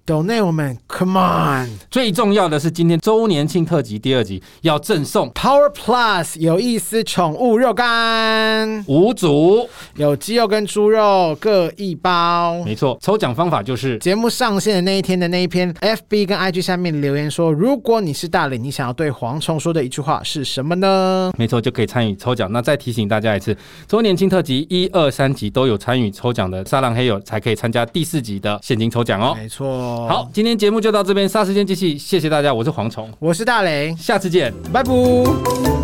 S4: 懂内我们，Come on，Power
S3: 最重要的是，今天周年庆特辑第二集要赠送
S4: Plus 有意思宠物肉干，
S3: 五组，
S4: 有鸡肉跟猪肉各一包。
S3: 没错，抽奖方法就是
S4: 节目上线的那一天的那一篇，FB 跟 IG 下面留言说，如果你是大磊，你想要对蝗虫说的一句话是什么呢？
S3: 没错，就可以参与抽奖。那再提醒大家一次，周年庆特辑一二三集都有参与抽奖的沙朗黑友才可以参加第四集的现金抽奖哦。
S4: 没错，
S3: 好，，今天节目就到这边，杀时间机器，谢谢大家，我是蝗虫，
S4: 我是大雷，
S3: 下次见。
S4: 拜拜。